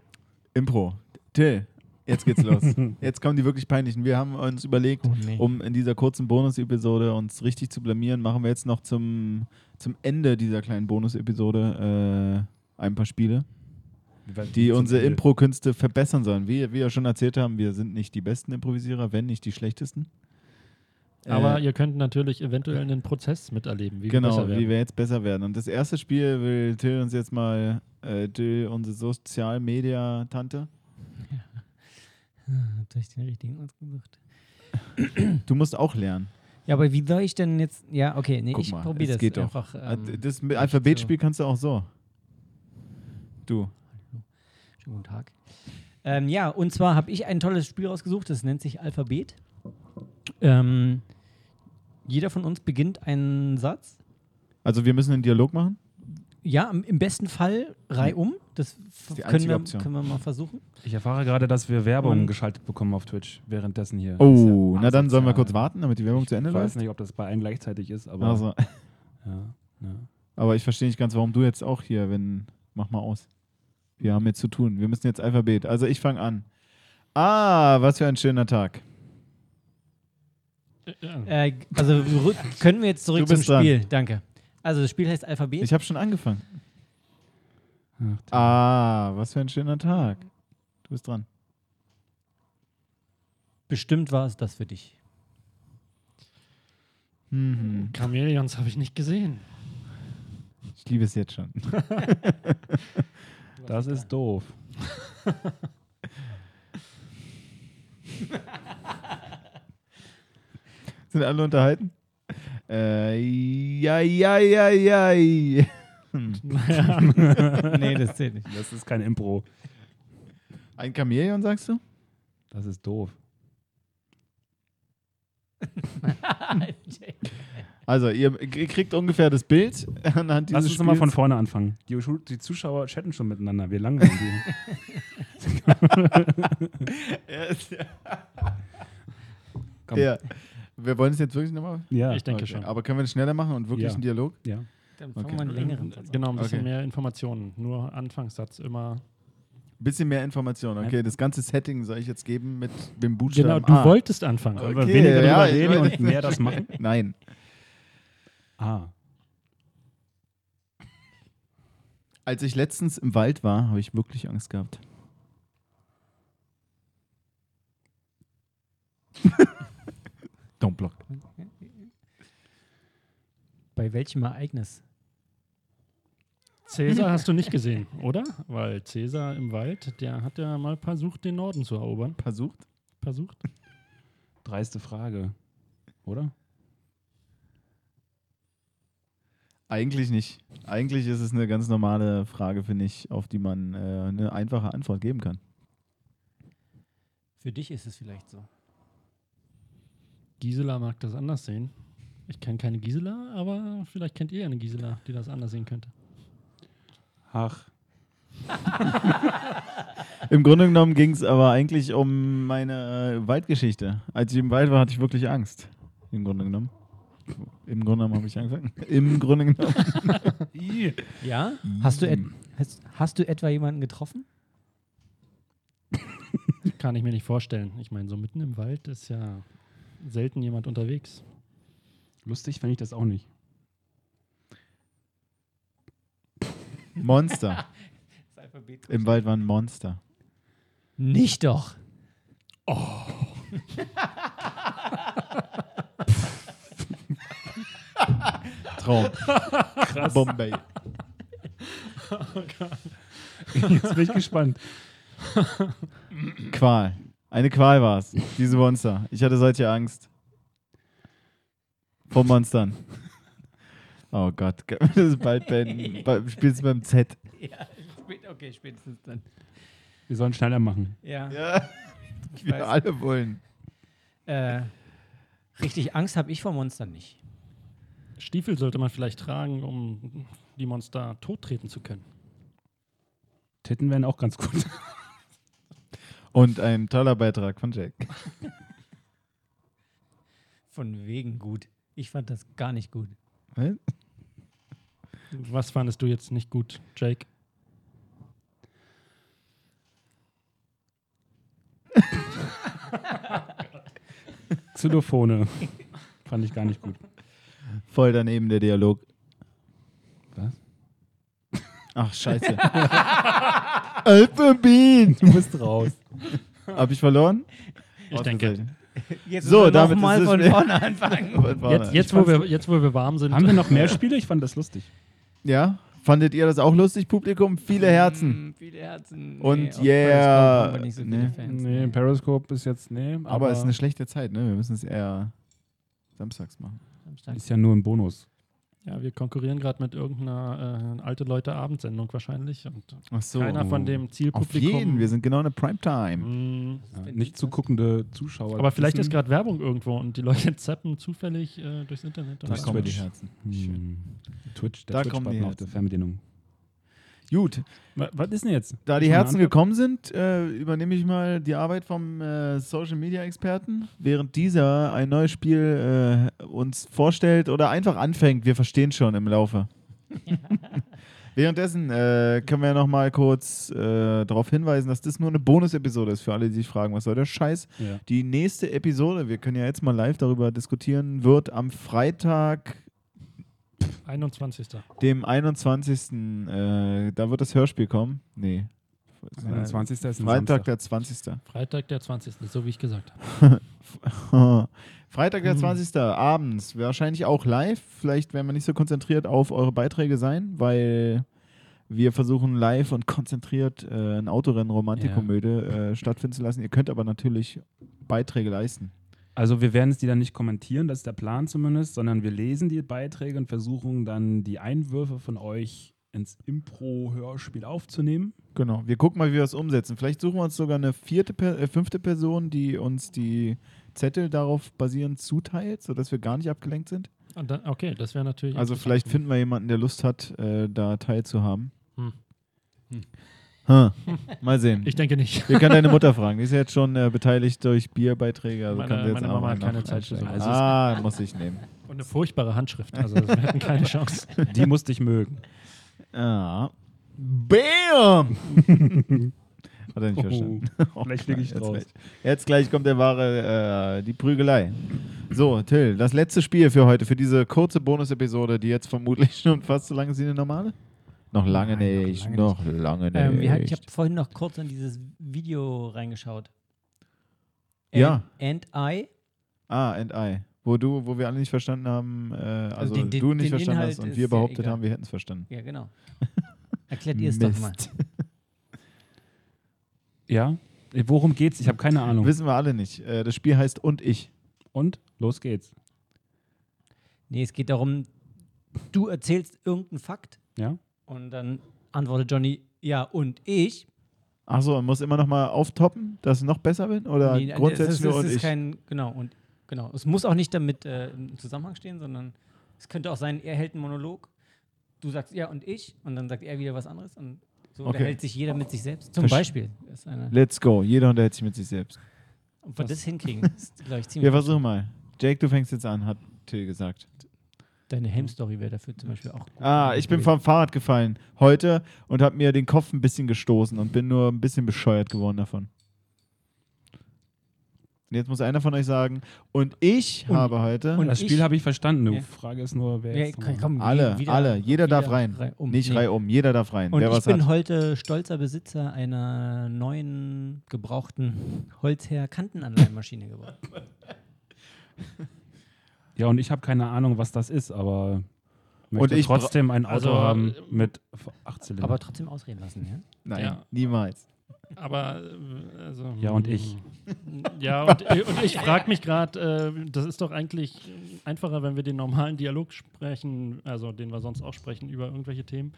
A: Impro. Till, jetzt geht's los. Jetzt kommen die wirklich peinlichen. Wir haben uns überlegt,
D: Oh, nee.
A: um in dieser kurzen Bonus-Episode uns richtig zu blamieren, machen wir jetzt noch zum, zum Ende dieser kleinen Bonus-Episode äh, ein paar Spiele, die unsere Impro-Künste verbessern sollen. Wie wir schon erzählt haben, wir sind nicht die besten Improvisierer, wenn nicht die schlechtesten.
B: Aber
A: Äh,
B: ihr könnt natürlich eventuell einen Prozess miterleben, wie wir
A: genau,
B: besser werden.
A: wie wir jetzt besser werden. Und das erste Spiel will Till uns jetzt mal, äh, Till, unsere Sozialmedia-Tante. Ah,
D: Habt ihr euch den richtigen ausgesucht?
A: Du musst auch lernen.
D: Ja, aber wie soll ich denn jetzt. Ja, okay, nee,
A: Guck
D: ich
A: mal,
D: probiere
A: es
D: das
A: geht doch. Ah,
D: einfach. Ähm,
A: das mit Alphabetspiel kannst du auch so. Du.
D: schönen guten Tag. Ähm, ja, und zwar habe ich ein tolles Spiel rausgesucht, das nennt sich Alphabet. Ähm, jeder von uns beginnt einen Satz.
A: Also wir müssen einen Dialog machen.
D: Ja, am- im besten Fall reihum. Das f-
A: die
D: können
A: einzige
D: wir,
A: Option.
D: können wir mal versuchen.
C: Ich erfahre gerade, dass wir Werbung
D: Und-
C: geschaltet bekommen auf Twitch währenddessen hier.
A: Oh, na dann sollen wir kurz warten, damit die Werbung zu Ende
C: Ich
A: läuft.
C: weiß nicht, ob das bei allen gleichzeitig ist, aber.
A: Also,
C: Ja, ja.
A: aber ich verstehe nicht ganz, warum du jetzt auch hier, wenn. Mach mal aus. Wir haben jetzt zu tun. Wir müssen jetzt Alphabet. Also ich fange an. Ah, was für ein schöner Tag.
B: Ja.
D: Äh, g- also rü- können wir jetzt
A: Du
D: zurück zum
A: bist dran.
D: Spiel. Danke. Also das Spiel heißt Alphabet.
A: Ich habe schon angefangen.
C: Ach, der-
A: Ah, was für ein schöner Tag. Du bist dran.
D: Bestimmt war es das für dich.
A: Mhm.
B: Chameleons habe ich nicht gesehen.
A: Ich liebe es jetzt schon.
C: das ist doof.
A: Sind alle unterhalten? Äh, ja, ja, ja, ja.
B: Naja,
D: nee, das zählt nicht.
C: Das ist kein Impro.
A: Ein Chamäleon, sagst du?
C: Das ist doof.
A: Also, ihr ihr kriegt ungefähr das Bild anhand
C: Lass
A: dieses
C: uns nochmal von
A: Spiels.
C: vorne anfangen. Die, Schu- die Zuschauer chatten schon miteinander. Wir langweilen die. Komm.
A: Ja. Wir wollen es jetzt wirklich nochmal.
C: Ja.
B: ich denke schon.
A: Aber können wir das schneller machen und wirklich
C: Ja.
A: einen Dialog?
C: ja.
D: Dann
A: Okay.
D: fangen wir einen längeren Satz an.
B: Genau, ein bisschen
A: Okay.
B: mehr Informationen. Nur Anfangssatz immer.
A: Bisschen mehr Informationen. Okay, das ganze Setting soll ich jetzt geben mit dem
B: Genau,
A: Buchstaben.
B: du
A: A.
B: wolltest anfangen.
A: Okay,
C: Wollen wir weniger
A: ja, ich
C: drüber reden
A: wollte-
C: und mehr das machen?
A: Nein.
C: Ah.
A: Als ich letztens im Wald war, habe ich wirklich Angst gehabt. Don't block.
D: Bei welchem Ereignis?
B: Cäsar hast du nicht gesehen, oder? Weil Cäsar im Wald, der hat ja mal versucht, den Norden zu erobern.
A: Versucht?
B: Versucht?
C: Dreiste Frage, oder?
A: Eigentlich nicht. Eigentlich ist es eine ganz normale Frage, finde ich, auf die man äh, eine einfache Antwort geben kann.
D: Für dich ist es vielleicht so.
B: Gisela mag das anders sehen. Ich kenne keine Gisela, aber vielleicht kennt ihr eine Gisela, die das anders sehen könnte.
C: Ach,
A: Im Grunde genommen ging es aber eigentlich um meine äh, Waldgeschichte. Als ich im Wald war, hatte ich wirklich Angst. Im Grunde genommen. Im Grunde genommen habe ich angefangen. Im Grunde genommen.
D: Ja? Hast du, et hast, hast du etwa jemanden getroffen?
B: Kann ich mir nicht vorstellen. Ich meine, so mitten im Wald ist ja selten jemand unterwegs.
C: lustig fände ich das auch nicht.
A: Monster. Im Wald waren Monster.
D: Nicht doch.
A: Traum. Bombay.
C: Jetzt bin ich gespannt.
A: Qual. Eine Qual war es. Diese Monster. Ich hatte solche Angst. Vor Monstern. Oh Gott, können wir das bald beenden? Bei- Spielst du beim Z?
D: Ja, spät, okay, spätestens dann.
C: Wir sollen schneller machen.
D: Ja.
A: Ja, genau.
D: ich
A: wir alle wollen.
D: Äh, richtig Angst habe ich vor Monstern nicht.
B: Stiefel sollte man vielleicht tragen, um die Monster tottreten zu können.
C: Titten wären auch ganz gut.
A: Und ein toller Beitrag von Jack.
D: Von wegen gut. Ich fand das gar nicht gut.
A: Was?
B: Was fandest du jetzt nicht gut, Jake?
C: Xylophone. Fand ich gar nicht gut.
A: Voll daneben der Dialog.
C: Was?
A: Ach, scheiße. Alpha Bean!
C: Du bist raus.
A: Hab ich verloren?
B: Ich denke,
D: Jetzt
A: So,
D: müssen wir
A: damit
D: noch mal
A: ist es
D: von
A: schnell.
D: vorne anfangen.
B: jetzt, jetzt, wo wir, jetzt, wo wir warm sind,
C: Haben wir noch mehr Spiele? Ich fand das lustig.
A: Ja? Fandet ihr das auch lustig, Publikum? Viele Herzen.
D: Mm, Viele Herzen.
A: Und
D: auf
A: yeah.
D: Periscope haben wir Nicht so
A: Nee.
D: viele Fans.
C: Nee, Periscope ist jetzt, nee. Aber,
A: Aber es ist eine schlechte Zeit, ne? Wir müssen es eher samstags machen.
D: Samstag.
C: ist ja nur ein Bonus.
B: ja, wir konkurrieren gerade mit irgendeiner äh, alte Leute Abendsendung wahrscheinlich und
A: Ach so.
B: keiner von dem
A: Auf
B: Zielpublikum.
A: jeden, wir sind genau in der Primetime.
B: Mm,
C: Ja,
D: Wenn
C: nicht
D: die-
C: zuguckende Zuschauer.
B: aber vielleicht ist
C: wissen-
B: gerade Werbung irgendwo und die Leute zappen zufällig äh, durchs Internet.
A: Da
C: Das
A: kommen die
C: Twitch.
A: Herzen.
C: Hm. Twitch, der
A: Da
C: Twitch
A: kommen die
C: Button auf
A: Herzen.
C: der Fernbedienung.
A: Gut,
C: Wa- Was ist denn jetzt?
A: da die
C: Schon eine
A: Herzen
C: Antwort?
A: gekommen sind, äh, übernehme ich mal die Arbeit vom äh, Social Media Experten, während dieser ein neues Spiel äh, uns vorstellt oder einfach anfängt. Wir verstehen schon im Laufe. Währenddessen äh, können wir noch mal kurz äh, darauf hinweisen, dass das nur eine Bonus-Episode ist für alle, die sich fragen, was soll der Scheiß?
C: Ja.
A: Die nächste Episode, wir können ja jetzt mal live darüber diskutieren, wird am Freitag,
B: 21.
A: dem 21. Äh, da wird das Hörspiel kommen. Nee.
C: 21. ist ein
A: Freitag
C: Samstag.
A: der 20.
B: Freitag der 20. So wie ich gesagt habe.
A: Freitag der 20. abends, wahrscheinlich auch live. Vielleicht werden wir nicht so konzentriert auf eure Beiträge sein, weil wir versuchen live und konzentriert äh, ein Autorennen Romantikkomödie äh, stattfinden zu lassen. Ihr könnt aber natürlich Beiträge leisten.
C: Also wir werden es die dann nicht kommentieren, das ist der Plan zumindest, sondern wir lesen die Beiträge und versuchen dann die Einwürfe von euch ins Impro-Hörspiel aufzunehmen.
A: Genau, wir gucken mal, wie wir es umsetzen. Vielleicht suchen wir uns sogar eine vierte, Per- äh, fünfte Person, die uns die Zettel darauf basierend zuteilt, sodass wir gar nicht abgelenkt sind.
B: Und dann, okay, das wäre natürlich.
A: Also
B: interessant.
A: vielleicht finden wir jemanden, der Lust hat, äh, da teilzuhaben.
B: Hm.
A: Hm. Mal sehen.
B: Ich denke nicht.
A: Wir können deine Mutter fragen. Die ist ja jetzt schon äh, beteiligt durch Bierbeiträge. Also
B: Meine-
A: kann sie jetzt
B: meine
A: auch
B: Mama
A: mal
B: hat keine
A: noch
B: Zeit für
A: einsteigen.
B: sowas.
A: Ah, muss ich nehmen.
B: Und eine furchtbare Handschrift. Also wir hatten keine Chance.
C: Die musste ich mögen.
A: Ah. Bam! Hat er nicht verstanden.
C: Oh, vielleicht fliege ich
A: jetzt
C: raus.
A: Gleich. Jetzt gleich kommt der wahre, äh, die Prügelei. So, Till, das letzte Spiel für heute, für diese kurze Bonus-Episode, die jetzt vermutlich schon fast so lange ist wie eine normale? Noch lange
D: Nein, noch
A: nicht,
D: lange
A: noch lange nicht.
D: Ähm, wir, hatten- ich habe vorhin noch kurz in dieses Video reingeschaut. And,
A: Ja.
D: And I.
A: ah, and I. Wo, du, wo wir alle nicht verstanden haben, äh, also,
D: den- den-
A: du nicht
D: den
A: verstanden hast
D: Inhalt
A: und
D: ist
A: wir
D: ja
A: behauptet
D: egal.
A: haben, wir hätten es verstanden.
D: Ja, genau. Erklärt ihr es doch mal.
A: Mist.
C: Ja? Äh, Worum geht's? Ich habe keine Ahnung.
A: Wissen wir alle nicht. Äh, das Spiel heißt Und ich.
C: Und los geht's.
D: Nee, es geht darum, du erzählst irgendeinen Fakt
C: Ja?
D: und dann antwortet Johnny, ja, und ich.
A: Achso, man muss immer noch mal auftoppen, dass ich noch besser bin? Oder
D: Nee,
A: grundsätzlich
D: das,
A: nur
D: das
A: und
D: ist
A: ich?
D: kein, genau, und genau. Es muss auch nicht damit äh, im Zusammenhang stehen, sondern es könnte auch sein, er hält einen Monolog, du sagst ja und ich und dann sagt er wieder was anderes und so
A: Okay.
D: unterhält sich jeder mit sich selbst. Zum
A: Verste-
D: Beispiel. Das ist eine,
A: Let's go. Jeder unterhält sich mit sich selbst.
D: ob wir das hinkriegen, ist, glaube ich, ziemlich.
A: Wir versuchen mal. Jake, du fängst jetzt an, hat Till gesagt.
D: Deine
B: Hm.
D: Helm-Story wäre dafür zum Beispiel auch gut.
A: Ah, ich bin vom Fahrrad gefallen heute und habe mir den Kopf ein bisschen gestoßen und bin nur ein bisschen bescheuert geworden davon. Und jetzt muss einer von euch sagen, und ich
D: Und-
A: habe heute
D: und-
C: Das
D: ich-
C: Spiel habe ich verstanden. Die
D: Ja.
C: Frage ist nur, wer
D: Ja,
C: jetzt
D: komm,
C: noch-
D: komm,
A: alle,
D: wieder-
A: alle, jeder darf
D: wieder
A: rein.
D: rei- um.
A: nicht
D: Nee.
A: rein um, jeder darf rein.
D: Und
A: Wer
D: ich
A: was
D: bin
A: hat.
D: heute stolzer Besitzer einer neuen gebrauchten Holzherr-Kantenanleihenmaschine geworden.
C: Ja, und ich habe keine Ahnung, was das ist, aber möchte
A: Und ich bra- äh,
C: trotzdem ein Auto
B: Also,
C: haben
B: ähm,
C: mit 8 Zylindern.
D: Aber trotzdem ausreden lassen, ja?
A: Nein,
B: Ja.
A: niemals.
B: Aber, äh, also.
C: Ja, und ich.
D: Hm.
B: Ja, und, und ich frage mich gerade, äh, das ist doch eigentlich einfacher, wenn wir den normalen Dialog sprechen, also den wir sonst auch sprechen, über irgendwelche Themen.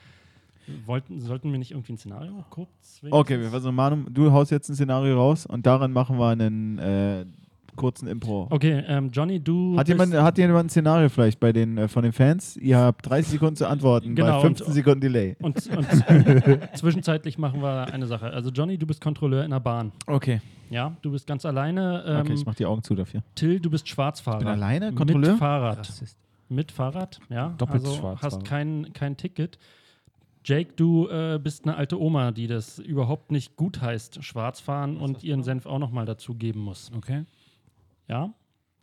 B: Wollten, sollten wir nicht irgendwie ein Szenario kurz?
A: Okay, wir
B: wenigstens?
A: versuchen, Manu, du haust jetzt ein Szenario raus und daran machen wir einen äh, kurzen Impro.
B: Okay, ähm, Johnny, du.
A: Hat
B: bist-
A: jemand, hat jemand ein Szenario vielleicht bei den, äh, von den Fans? Ihr habt 30 Sekunden zu antworten
B: Genau,
A: bei
B: und-
A: 15 Sekunden Delay.
B: Und, und zwischenzeitlich machen wir eine Sache. Also, Johnny, du bist Kontrolleur in der Bahn.
A: Okay.
B: Ja, du bist ganz alleine. Ähm,
A: Okay, ich mach die Augen zu dafür.
B: Till, du bist Schwarzfahrer.
A: Ich bin alleine, Kontrolleur?
B: Mit Fahrrad.
D: Rassist.
B: Mit Fahrrad, ja.
C: Doppelt
B: also
C: Schwarzfahrer.
B: hast kein, kein Ticket. Jake, du äh, bist eine alte Oma, die das überhaupt nicht gut heißt, Schwarzfahren und ihren Senf auch nochmal dazugeben muss.
C: okay.
B: Ja?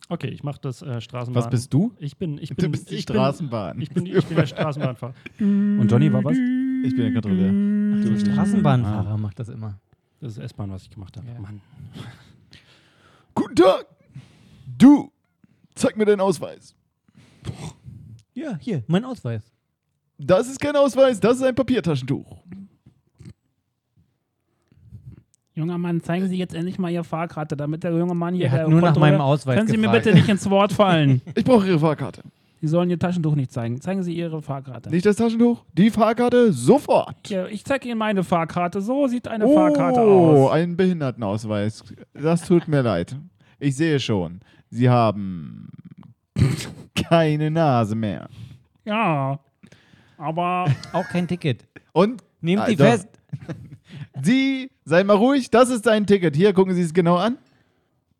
B: Okay, ich mache das äh, Straßenbahn.
A: Was bist du?
B: Ich bin, ich bin,
A: Du bist die
B: ich
A: Straßenbahn.
B: Bin, ich, bin, ich bin der Straßenbahnfahrer.
C: Und Johnny war was? Ah.
A: Ich bin der Kontrolleur. Du
D: Der
A: Ah.
D: Straßenbahnfahrer macht das immer.
B: Das ist S-Bahn, was ich gemacht habe.
D: Ja.
B: Mann.
A: Guten Tag! Du! Zeig mir deinen Ausweis.
D: Ja, hier, mein Ausweis.
A: Das ist kein Ausweis, das ist ein Papiertaschentuch.
C: Junger Mann, zeigen Sie jetzt endlich mal Ihre Fahrkarte, damit der junge Mann hier.
D: Er hat
C: der
D: nur nach
C: Kontrolleur-
D: meinem Ausweis
C: Können Sie mir
D: gefragt.
C: bitte nicht ins Wort fallen.
A: Ich brauche Ihre Fahrkarte.
C: Sie sollen Ihr Taschentuch nicht zeigen. Zeigen Sie Ihre Fahrkarte.
A: Nicht das Taschentuch, die Fahrkarte sofort.
C: Ja, ich zeige Ihnen meine Fahrkarte. So sieht eine
A: oh,
C: Fahrkarte aus.
A: einen Behindertenausweis. Das tut mir leid. Ich sehe schon, Sie haben keine Nase mehr.
C: Ja. Aber
D: Auch kein Ticket.
A: Und
D: Nehmt die
A: Alter.
D: fest.
A: Sie, seien mal ruhig, das ist ein Ticket. Hier, gucken Sie es genau an.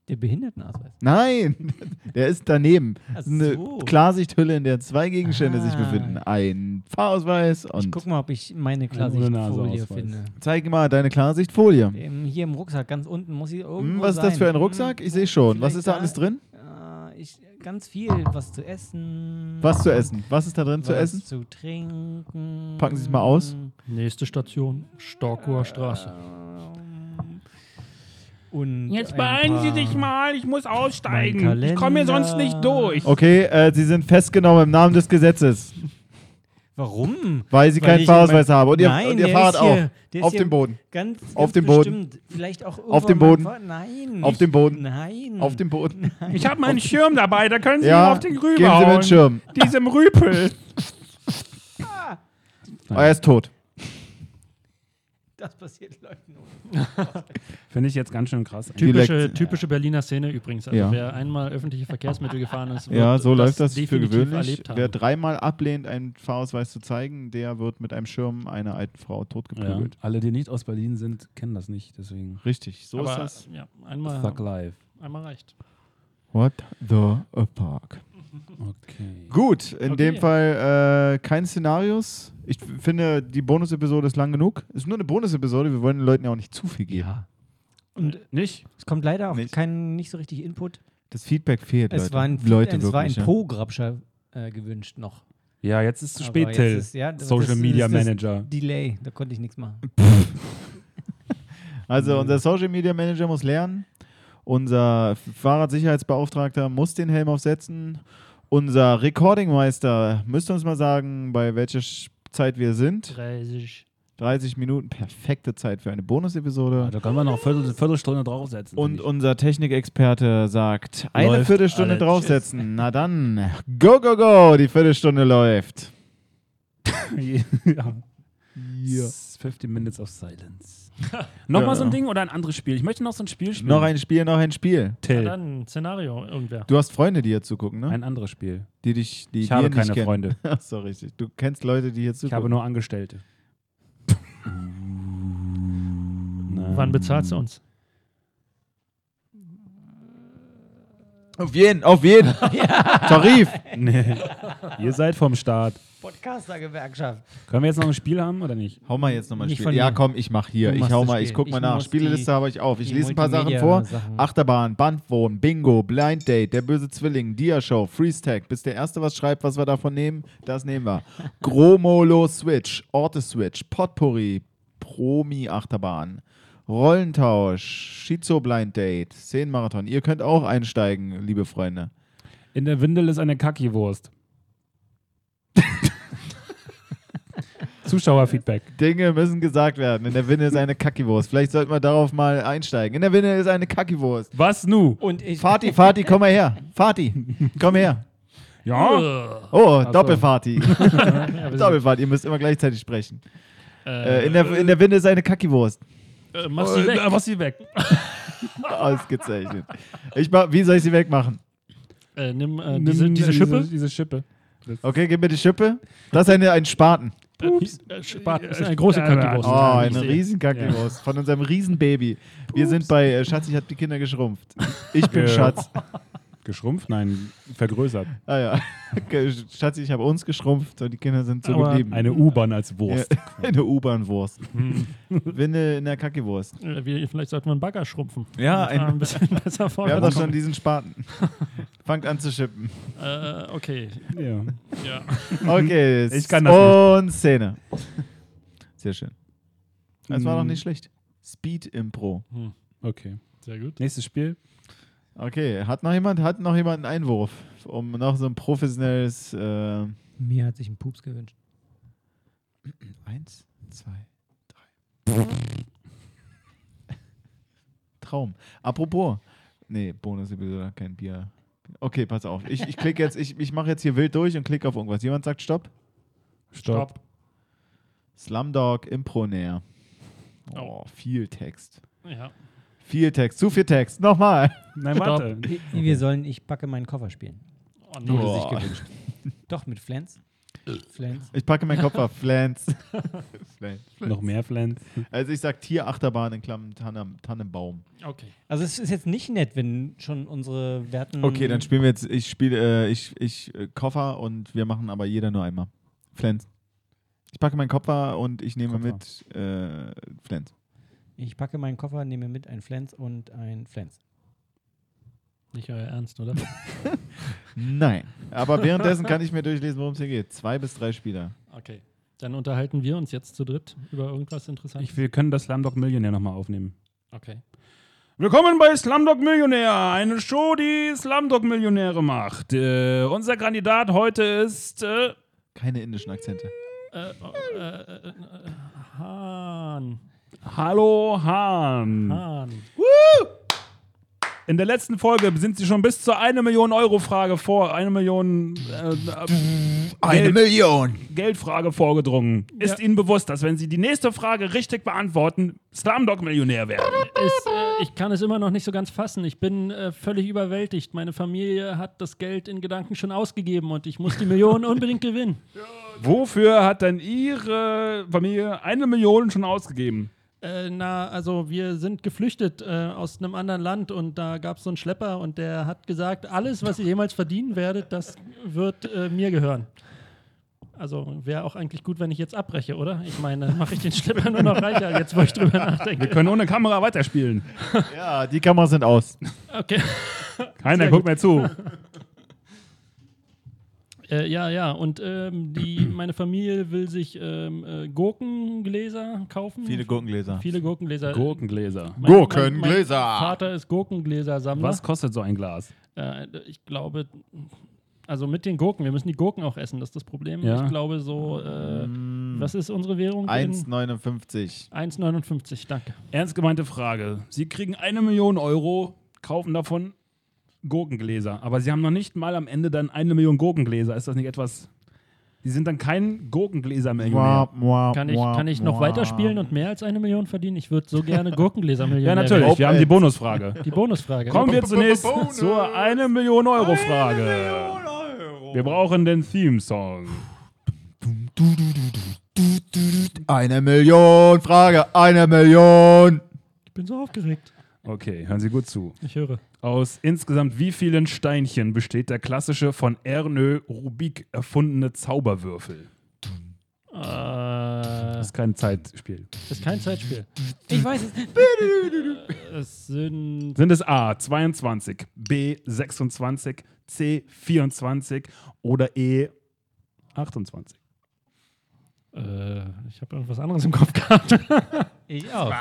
D: Der Behindertenausweis.
A: Nein, der ist daneben.
D: Ach
A: Eine
D: so.
A: Klarsichthülle, in der zwei Gegenstände sich
D: Ah.
A: befinden. Ein Fahrausweis
D: Ich
A: und
D: guck mal, ob ich meine
C: Ohne
D: Klarsichtfolie
C: Naseausweis.
D: finde.
A: zeig mal deine Klarsichtfolie.
D: Ähm, hier im Rucksack, ganz unten muss sie irgendwo
A: Hm, was ist
D: sein.
A: das für ein
D: Hm,
A: Rucksack? Ich sehe schon. Was
D: vielleicht
A: ist da alles drin?
D: Äh, ich, ganz viel, was zu essen.
A: Was zu essen? Was ist da drin zu
D: Ah. was
A: essen?
D: zu trinken.
A: Packen Sie es mal aus.
B: Nächste Station, Storkower Straße.
D: Ähm, Und
C: jetzt
D: ein
C: beeilen Sie
D: paar-
C: sich mal. Ich muss
D: Mein
C: aussteigen. Ich komme hier sonst
D: Kalender.
C: nicht durch.
A: Okay, äh, Sie sind festgenommen im Namen des Gesetzes,
D: Warum?
A: weil Sie
D: Weil
A: keinen
D: ich
A: Fahrausweis
D: mein-
A: haben. Und Ihr,
D: Nein,
A: und ihr
D: der
A: Fahrrad
D: ist hier- der
A: auch.
D: ist
A: Auf dem
D: hier-
A: Boden.
D: Ganz, ganz
A: Auf dem Boden.
D: Bestimmt. Vielleicht auch irgendwo
A: Auf dem
D: am
A: Boden.
D: Fahr- Nein.
A: Auf dem Boden.
D: Nein.
A: Auf dem Boden.
C: Ich habe meinen Schirm dabei. Da können Sie
A: Ja,
C: mir auf den
A: geben Sie mir
C: Rüber
A: einen Schirm.
C: Diesem Rüpel.
A: Oh, er ist tot.
D: Das passiert Leuten. nur.
C: Finde ich jetzt ganz schön krass.
A: Typ-
B: Typische,
A: Lekt-
B: typische Berliner Szene übrigens. Also
A: Ja.
B: wer einmal öffentliche Verkehrsmittel gefahren ist, wird
A: Ja, so läuft das für
B: definitiv
A: gewöhnlich.
B: erlebt haben.
A: Wer dreimal ablehnt, einen Fahrausweis zu zeigen, der wird mit einem Schirm einer alten Frau
C: Ja.
A: totgeprügelt.
C: Alle, die nicht aus Berlin sind, kennen das nicht. Deswegen.
A: Richtig, so
B: Aber,
A: ist das.
B: Ja,
C: Fuck
B: einmal,
C: life.
B: einmal reicht.
A: What the fuck?
C: Okay.
A: Gut, in
B: Okay.
A: dem Fall äh, kein Szenarios. Ich f- finde, die Bonus-Episode ist lang genug. Ist nur eine Bonus-Episode, wir wollen den Leuten ja auch nicht zu viel geben.
D: Und
B: Äh,
C: Nicht?
D: es kommt leider auch
A: Nicht.
D: kein, nicht so richtig Input.
A: Das Feedback fehlt,
D: Es
A: Leute.
D: war ein,
A: Leute
D: es war ein
A: wirklich, ja.
D: Po-Grabscher äh, gewünscht noch.
C: Ja, jetzt ist es zu
D: Aber
C: spät,
D: jetzt
C: Till.
D: ist- ja, das
C: Social
D: ist-
C: Media
D: ist das
C: Manager.
D: Delay, da konnte ich nichts machen.
C: Mhm.
A: Also unser Social Media Manager muss lernen, unser Fahrradsicherheitsbeauftragter muss den Helm aufsetzen, unser Recordingmeister müsste uns mal sagen, bei welcher Sch- Zeit wir sind.
B: 30,
A: 30 Minuten, perfekte Zeit für eine Bonusepisode.
C: da können wir noch eine Viertel, Viertelstunde draufsetzen.
A: Und unser Technikexperte sagt, eine
C: Läuft,
A: Viertelstunde
C: Alter,
A: draufsetzen. Na dann, go, go, go, die Viertelstunde läuft.
C: ja. 15 Minutes of Silence. Nochmal so ein Ding oder ein anderes Spiel? Ich möchte noch so ein Spiel spielen.
A: Noch ein Spiel, noch ein Spiel.
B: Ja,
C: Till.
B: Ah, dann Szenario, irgendwer.
A: Du hast Freunde, die hier zugucken, ne?
C: Ein anderes Spiel.
A: Die dich, die
C: Ich habe
A: dir
C: keine
A: nicht kennen.
C: Freunde.
A: Ach so, richtig. Du kennst Leute, die hier zugucken.
C: Ich habe nur Angestellte. Nein.
B: Wann bezahlst du uns?
A: auf jeden, auf jeden. Tarif.
C: Nee. Ihr seid vom Start.
D: Podcaster-Gewerkschaft.
C: Können wir jetzt noch ein Spiel haben oder nicht?
A: Hau mal jetzt nochmal ein
D: Nicht
A: Spiel.
D: von
A: Ja,
D: mir.
A: komm, ich mach hier.
D: Du
A: Ich
D: machst
A: hau
D: das
A: mal, ich
D: Spiel.
A: guck mal
D: Ich
A: nach.
D: muss
A: Spieleliste
D: die-
A: habe ich auf. Ich
D: die
A: lese ein paar Sachen vor.
D: Multimedia-Sachen.
A: Achterbahn, Bandwohn, Bingo, Blind Date, der böse Zwilling, Dia-Show, Freeze-Tag. Bis der Erste was schreibt, was wir davon nehmen, das nehmen wir. Gromolo Switch, Orte Switch, Potpourri, Promi-Achterbahn, Rollentausch, Schizo Blind Date, Szenenmarathon. Ihr könnt auch einsteigen, liebe Freunde.
C: In der Windel ist eine Kackiwurst. Zuschauerfeedback.
A: Dinge müssen gesagt werden. In der Winne ist eine Kackiwurst. Vielleicht sollten wir darauf mal einsteigen. In der Winne ist eine Kackiwurst.
C: Was nu?
D: Und ich.
A: Fati, Fati, komm mal her. Fati, komm her.
B: Äh, Ja.
A: Oh,
C: so.
A: Doppelfati.
B: wir sind-
A: Doppelfati, ihr müsst immer gleichzeitig sprechen. Äh,
B: Äh,
A: in, der, in der Winde ist eine Kackiwurst.
B: äh, mach sie weg.
C: mach sie weg.
A: Ausgezeichnet. Ich mach, wie soll ich sie wegmachen?
B: Äh, nimm äh,
C: Nimm
B: diese, diese Schippe.
C: Diese, diese Schippe.
A: Okay, gib mir die Schippe. Das ist eine, ein Spaten.
B: Äh, äh, Spat, das ist eine große Kackwurst.
A: Oh,
C: Ja,
A: eine riesen Kackiwurst von unserem Riesenbaby. Wir sind bei äh, Schatz, ich hab die Kinder geschrumpft. Ich bin
C: Ja.
A: Schatz.
C: Geschrumpft? Nein, vergrößert.
A: Ah ja. Okay, Schatz, ich habe uns geschrumpft und die Kinder sind so
B: Aber
A: geblieben.
C: Eine U-Bahn als Wurst.
A: Ja, eine U-Bahn-Wurst. Winde in der Kackiwurst.
B: Äh, wir, vielleicht sollten wir einen Bagger schrumpfen.
A: Ja,
B: ein,
A: ein-
B: ein bisschen besser
A: Wir haben doch
B: vorwärts.
A: schon diesen Spaten. Fangt an zu schippen.
B: äh, okay,
C: Ja.
B: ja.
A: Okay,
C: Ich kann das nicht.
A: und Szene. Sehr schön. Das war doch nicht schlecht. Speed Impro.
C: Okay.
B: Sehr gut.
C: Nächstes Spiel.
A: Okay, hat noch jemand, hat noch jemand einen Einwurf, um noch so ein professionelles äh,
D: Mir hat sich ein Pups gewünscht.
A: Eins, zwei, drei. Traum. Apropos. Nee, Bonus-Episode, kein Bier. Okay, pass auf. Ich, ich klicke jetzt, ich, ich mache jetzt hier wild durch und klicke auf irgendwas. Jemand sagt Stopp.
C: Stopp.
A: Slumdog Impronär. Oh,
B: Oh.
A: viel Text.
B: Ja.
A: Viel Text, zu viel Text. Nochmal.
C: Nein,
B: Stopp.
C: warte.
D: Wir, wir sollen Ich packe meinen Koffer spielen.
B: Oh,
A: Boah.
B: no.
D: Wurde sich gewünscht. Doch, mit Flans. Flans.
A: Ich packe meinen Kopf auf. Flans. Flans.
C: Noch mehr Flans.
A: Also ich sag Tierachterbahn in Klammern Tanne, Tannenbaum.
B: Okay.
D: Also, es ist jetzt nicht nett, wenn schon unsere Werten.
A: Okay, dann spielen wir jetzt. Ich spiele, äh, ich, ich äh, Koffer und wir machen aber jeder nur einmal. Flans. Ich packe meinen Koffer und ich nehme
C: Koffer.
A: mit äh, Flans.
D: Ich packe meinen Koffer, nehme mit ein Flens und ein Flens.
B: Nicht euer Ernst, oder?
A: Nein. Aber währenddessen kann ich mir durchlesen, worum es hier geht. Zwei bis drei Spieler.
B: Okay. Dann unterhalten wir uns jetzt zu dritt über irgendwas Interessantes.
C: Ich, wir können das Slumdog Millionär nochmal aufnehmen.
B: Okay.
C: Willkommen bei Slumdog Millionär, eine Show, die Slumdog Millionäre macht. Äh, unser Kandidat heute ist. Äh,
A: Keine indischen Akzente.
B: Äh, oh, äh, äh, äh, Hahn.
C: Hallo Hahn.
B: Hahn.
C: In der letzten Folge sind Sie schon bis zur 1 Million Euro Frage vor, 1 Million äh, Geld-
A: Million.
C: Geldfrage vorgedrungen. Ist Ihnen bewusst, dass wenn Sie die nächste Frage richtig beantworten, Slumdog Millionär werden?
B: Ist, äh, ich kann es immer noch nicht so ganz fassen. Ich bin äh, völlig überwältigt. Meine Familie hat das Geld in Gedanken schon ausgegeben und ich muss die Millionen unbedingt gewinnen.
C: Wofür hat denn Ihre Familie eine Million schon ausgegeben?
B: Äh, na, also wir sind geflüchtet äh, aus einem anderen Land und da gab es so einen Schlepper und der hat gesagt, alles, was ihr jemals verdienen werdet, das wird äh, mir gehören. Also wäre auch eigentlich gut, wenn ich jetzt abbreche, oder? Ich meine, mache ich den Schlepper nur noch reicher, jetzt wo ich drüber nachdenke.
C: Wir können ohne Kamera weiterspielen.
A: Ja, die Kameras sind aus.
B: Okay.
C: Keiner guckt mehr zu.
B: Äh, ja, ja, und ähm, die, meine Familie will sich ähm, äh, Gurkengläser kaufen.
A: Viele Gurkengläser.
B: Viele Gurkengläser.
C: Gurkengläser.
B: Mein- mein-
A: Gurkengläser.
B: Mein Vater ist Gurkengläser-Sammler.
C: Was kostet so ein Glas?
B: Äh, ich glaube, also mit den Gurken, wir müssen die Gurken auch essen, das ist das Problem.
C: Ja. Mm.
B: Ich glaube, so äh,
A: Hm.
B: Was ist unsere Währung? in-
C: ne-
A: 1,59.
B: 1,59, danke.
C: Ernst gemeinte Frage. Sie kriegen eine Million Euro, kaufen davon Gurkengläser. Aber Sie haben noch nicht mal am Ende dann eine Million Gurkengläser. Ist das nicht etwas. Sie sind dann kein Gurkengläser-Millionär.
B: Kann ich, kann ich noch weiterspielen und mehr als eine Million verdienen? Ich würde so gerne Gurkengläser-Millionär
C: Ja, natürlich.
A: Ob
C: Wir haben die
A: jetzt.
C: Bonusfrage.
B: werden. Die Bonusfrage.
C: Kommen wir
A: B- b-
C: zunächst
A: Bonus.
C: zur 1 Million Euro Frage. Wir brauchen den Theme-Song.
A: Eine Million, Frage, eine Million.
B: Ich bin so aufgeregt.
C: Okay, hören Sie gut zu.
B: Ich höre.
C: Aus insgesamt wie vielen Steinchen besteht der klassische von Ernö Rubik erfundene Zauberwürfel?
B: Äh,
C: Das ist kein Zeitspiel.
B: ist kein Zeitspiel.
D: Ich weiß es.
B: Es sind
C: Sind es A 22, B 26, C 24 oder E 28?
B: Äh, ich habe irgendwas anderes im Kopf gehabt.
D: Ich auch.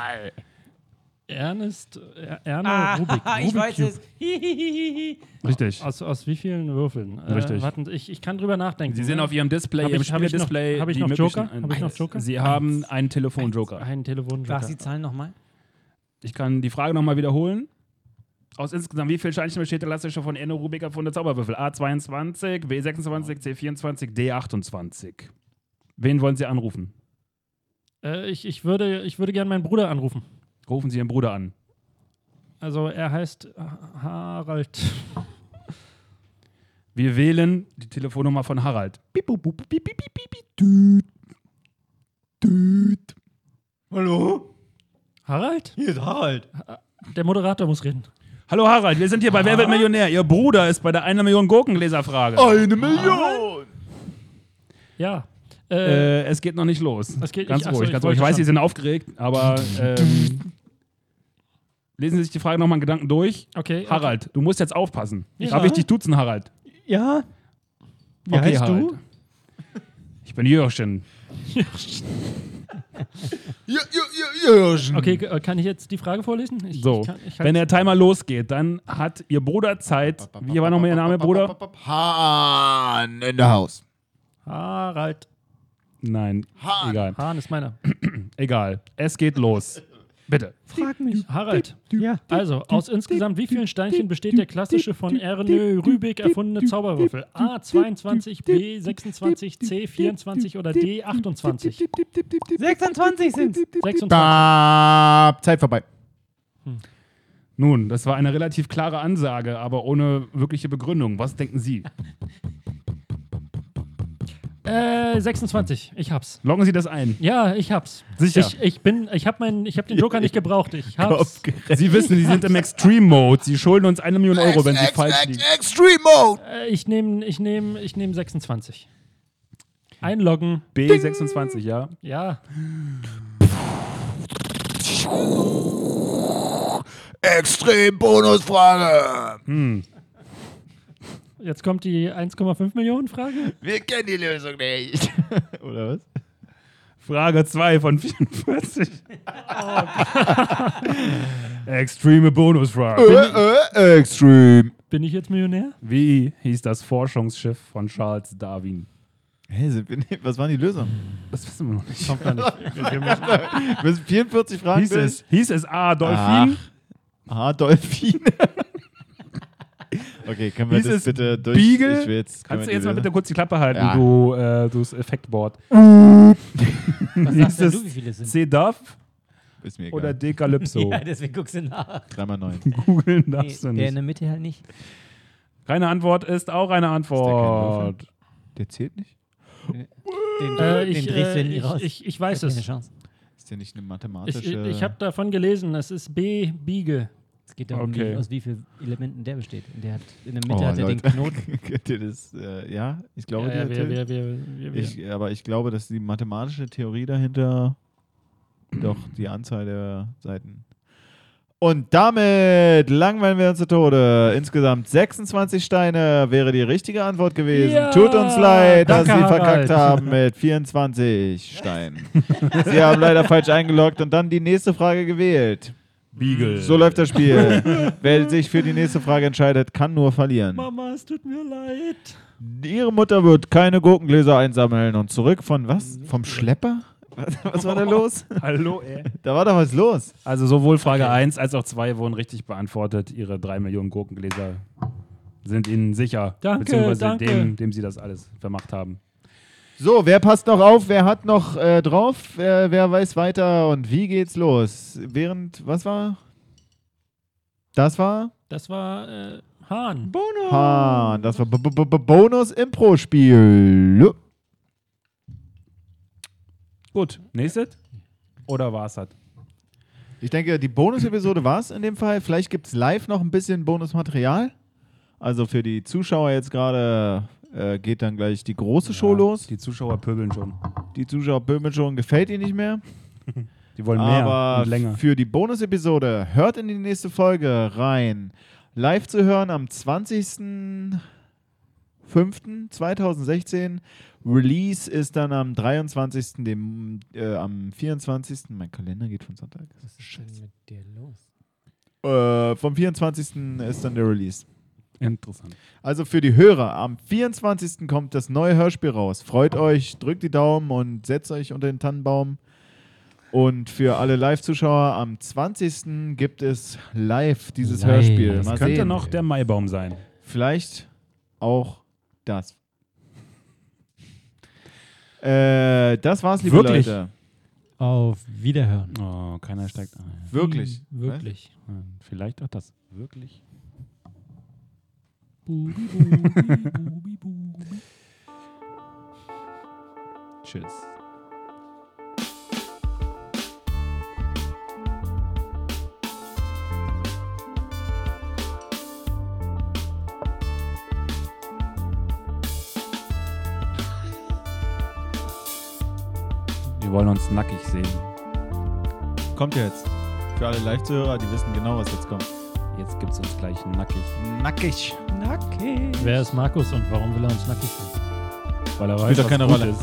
B: Ernest, er, Erno
D: Ah,
B: Oh, Rubik.
D: ich
B: Rubik
D: weiß
B: Cube.
D: es. Hihihihi.
C: Richtig.
B: Aus, aus wie vielen Würfeln? Äh,
C: Richtig.
B: Warten, Sie, ich, ich kann drüber nachdenken. ne?
C: Sie sehen auf Ihrem Display,
B: Hab
C: Ihrem
B: ich- hab ich noch-
C: Spiel-Display,
B: hab ich
C: die
B: noch Joker?
C: möglichen-
B: Hab ich noch Joker?
C: Sie haben einen Telefonjoker.
B: Ein Telefon.
D: Sag die Zahlen nochmal.
C: Ich kann die Frage nochmal wiederholen. Aus insgesamt wie viel Steinchen besteht der klassische von Enno Rubik erfundene Zauberwürfel? A22, B26, C24, D28. Wen wollen Sie anrufen?
B: Äh, ich, ich würde, ich würde gerne meinen Bruder anrufen.
C: Rufen Sie Ihren Bruder an.
B: Also er heißt Ha- Harald.
C: Wir wählen die Telefonnummer von Harald. Piep, bup, bup, piep, piep, piep, piep, piep.
A: Düt. Düt. Hallo?
B: Harald?
A: Hier ist Harald.
B: Der Moderator muss reden.
C: Hallo Harald, wir sind hier bei Wer wird Millionär? Ihr Bruder ist bei der 1 Million Gurkengläserfrage.
B: Oh,
A: Eine Million.
B: Ja. Äh,
C: Äh, es geht noch nicht los.
B: Es geht-
C: ganz
B: ich- achso,
C: ruhig,
B: ich
C: ganz ruhig. Ich
B: wollte
C: weiß,
B: schon.
C: Sie sind aufgeregt, aber ähm, lesen Sie sich die Frage nochmal in Gedanken durch.
B: okay.
C: Harald, du musst jetzt aufpassen.
B: Ja.
C: Darf ich dich duzen, Harald?
D: Ja. Wie
C: Okay,
D: heißt
C: Harald.
D: du?
C: Ich bin Jürgen.
A: Ja, ja, ja, Jürgen.
B: Okay, g- äh, kann ich jetzt die Frage vorlesen? Ich,
C: So,
B: Ich kann, ich
C: wenn
B: kann,
C: der Timer losgeht, dann hat ihr Bruder Zeit. Wie war nochmal ihr Name, Bruder?
A: Hahn in der Haus.
B: Harald.
C: Nein,
A: Hahn.
C: egal.
B: Hahn ist meiner.
C: Egal, es geht los. Bitte.
D: Frag mich.
B: Harald.
D: Ja.
B: Also, aus insgesamt wie vielen Steinchen besteht der klassische von Ernö Rübig erfundene Zauberwürfel? A 22, B 26, C 24 oder D 28?
D: 26 sind
B: 26.
A: Bab. Zeit vorbei.
C: Nun, das war eine relativ klare Ansage, aber ohne wirkliche Begründung. Was denken Sie?
B: Äh, 26. Ich hab's.
C: Loggen Sie das ein.
B: Ja, ich hab's.
C: Sicher.
B: Ich, ich bin, ich hab meinen, ich hab den Joker nicht gebraucht. Ich hab's.
C: Sie wissen, Sie sind im Extreme Mode. Sie schulden uns eine Million Euro, wenn Sie falsch liegen.
A: Extreme Mode.
B: Äh, ich nehme, ich nehme, ich nehme 26. Einloggen.
C: B26, ja?
B: Ja.
A: Extrem Bonusfrage.
B: Jetzt kommt die 1,5 Millionen Frage.
A: Wir kennen die Lösung nicht. Oder was?
C: Frage 2 von 44. Extreme Bonusfrage.
A: Äh, äh, extreme.
B: Bin ich jetzt Millionär?
C: Wie hieß das Forschungsschiff von Charles Darwin?
A: Hey, sind wir nicht- was waren die Lösungen?
C: Das wissen wir noch nicht.
B: Kommt gar nicht.
A: Wir sind 44 Fragen.
C: Hieß
A: durch.
C: es, hieß es A. Dolphin?
A: Ah, Dolphine. okay, können wir
C: Hieß
A: das
C: es
A: bitte durch?
C: Beagle?
A: Ich will jetzt, können
C: Kannst du
A: wir
C: jetzt
A: die
C: mal bitte
A: Lösung-
C: kurz die Klappe halten,
A: Ja.
C: du, äh, du Effektboard?
D: Was
C: Hieß
D: sagst denn
C: es
D: du, wie viele es sind?
C: C. Duff
A: Ist mir egal.
C: oder
A: Oder
C: D. Calypso?
D: Ja, deswegen guckst du nach.
A: 3x9.
C: Googeln
D: Nee,
C: darfst du
D: der in
C: nicht.
D: der Mitte halt nicht.
C: Keine Antwort ist auch eine Antwort.
A: Der zählt nicht?
D: Den,
B: Äh,
D: den
B: ich,
D: drehst du
B: äh,
D: ja nie
B: ich,
D: raus.
B: ich, ich weiß
D: Keine
B: es.
D: Chance.
A: Ist der nicht eine
B: Ich,
A: mathematische.
B: ich, ich habe davon gelesen, es ist B, Biege.
D: Es geht darum,
C: Okay.
D: wie, aus wie vielen Elementen der besteht. Und Der hat, in der Mitte
A: Oh,
D: hat er den
A: Leute.
D: Knoten.
A: Kennt ihr das? Äh, ja, ich glaube,
B: ja,
A: die
B: wir,
A: hat-
B: wir, wir, wir, wir.
A: ich, aber ich glaube, dass die mathematische Theorie dahinter doch die Anzahl der Seiten. Und damit langweilen wir uns zu Tode. Insgesamt 26 Steine wäre die richtige Antwort gewesen.
B: Ja,
A: Tut uns leid, dass
B: danke,
A: Sie verkackt
B: Harald.
A: haben mit 24 Steinen. Sie haben leider falsch eingeloggt und dann die nächste Frage gewählt.
C: Beagle.
A: So läuft das Spiel. Wer sich für die nächste Frage entscheidet, kann nur verlieren.
B: Mama, es tut mir leid.
A: Ihre Mutter wird keine Gurkengläser einsammeln und zurück von was? Vom Schlepper? Was, Mhm. was war da los?
C: Hallo, ey.
A: Da war doch was los.
C: Also sowohl Frage 1 als auch 2 wurden richtig beantwortet. Ihre 3 Millionen Gurkengläser sind Ihnen sicher.
B: Danke,
C: beziehungsweise
B: danke.
C: Dem, dem Sie das alles vermacht haben.
A: So, wer passt noch auf? Wer hat noch äh, drauf? Äh, wer weiß weiter? Und wie geht's los? Während, was war? Das war
B: Das war äh, Hahn.
A: Hahn. Das war B- B- B- Bonus-Impro-Spiel.
C: Gut, nächstes? Oder halt. war es das?
A: Ich denke, die Bonus-Episode war es in dem Fall. Vielleicht gibt es live noch ein bisschen Bonusmaterial. Also für die Zuschauer jetzt gerade äh, geht dann gleich die große Show los. Die,
C: Die Zuschauer pöbeln schon.
A: Zuschauer pöbeln schon, gefällt ihnen nicht mehr.
C: Die wollen mehr
A: Aber
C: und länger.
A: für die Bonus-Episode hört in die nächste Folge rein. Live zu hören am 20.05.2016. Release ist dann am 23. Dem, äh, am 24. Mein Kalender geht von Sonntag.
D: Was ist denn mit dir los?
A: Äh, vom 24. ist dann der Release.
C: Interessant.
A: Also für die Hörer, am 24. kommt das neue Hörspiel raus. Freut euch, drückt die Daumen und setzt euch unter den Tannenbaum. Und für alle Live-Zuschauer, am 20. gibt es live dieses
D: Live.
A: Hörspiel.
D: Das
A: Mal
C: Könnte
A: sehen.
C: noch der Maibaum sein.
A: Vielleicht auch das. Äh, das war's, liebe
C: Wirklich?
A: Leute.
D: Auf Wiederhören.
C: Oh, keiner steigt ein.
A: Wirklich.
C: Hm.
B: Hm, Wirklich.
C: Vielleicht auch das. Wirklich.
B: Bubi, bubi, bubi, bubi.
C: Tschüss. Wir wollen uns nackig sehen.
A: Kommt jetzt. Für alle Live-Zuhörer, die wissen genau, was jetzt kommt.
C: Jetzt gibt's uns gleich nackig,
A: Nackig.
D: Nackig.
B: Wer ist Markus und warum will er uns nackig sehen?
C: weil er
A: Spielt doch keine Rolle.
C: ist.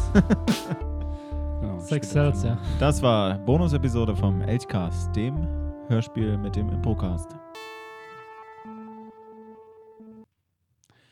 C: genau,
B: Sex
C: spielt doch
B: sells,
C: keine
B: ja.
A: Das war Bonus-Episode vom Elchcast, dem Hörspiel mit dem Improcast.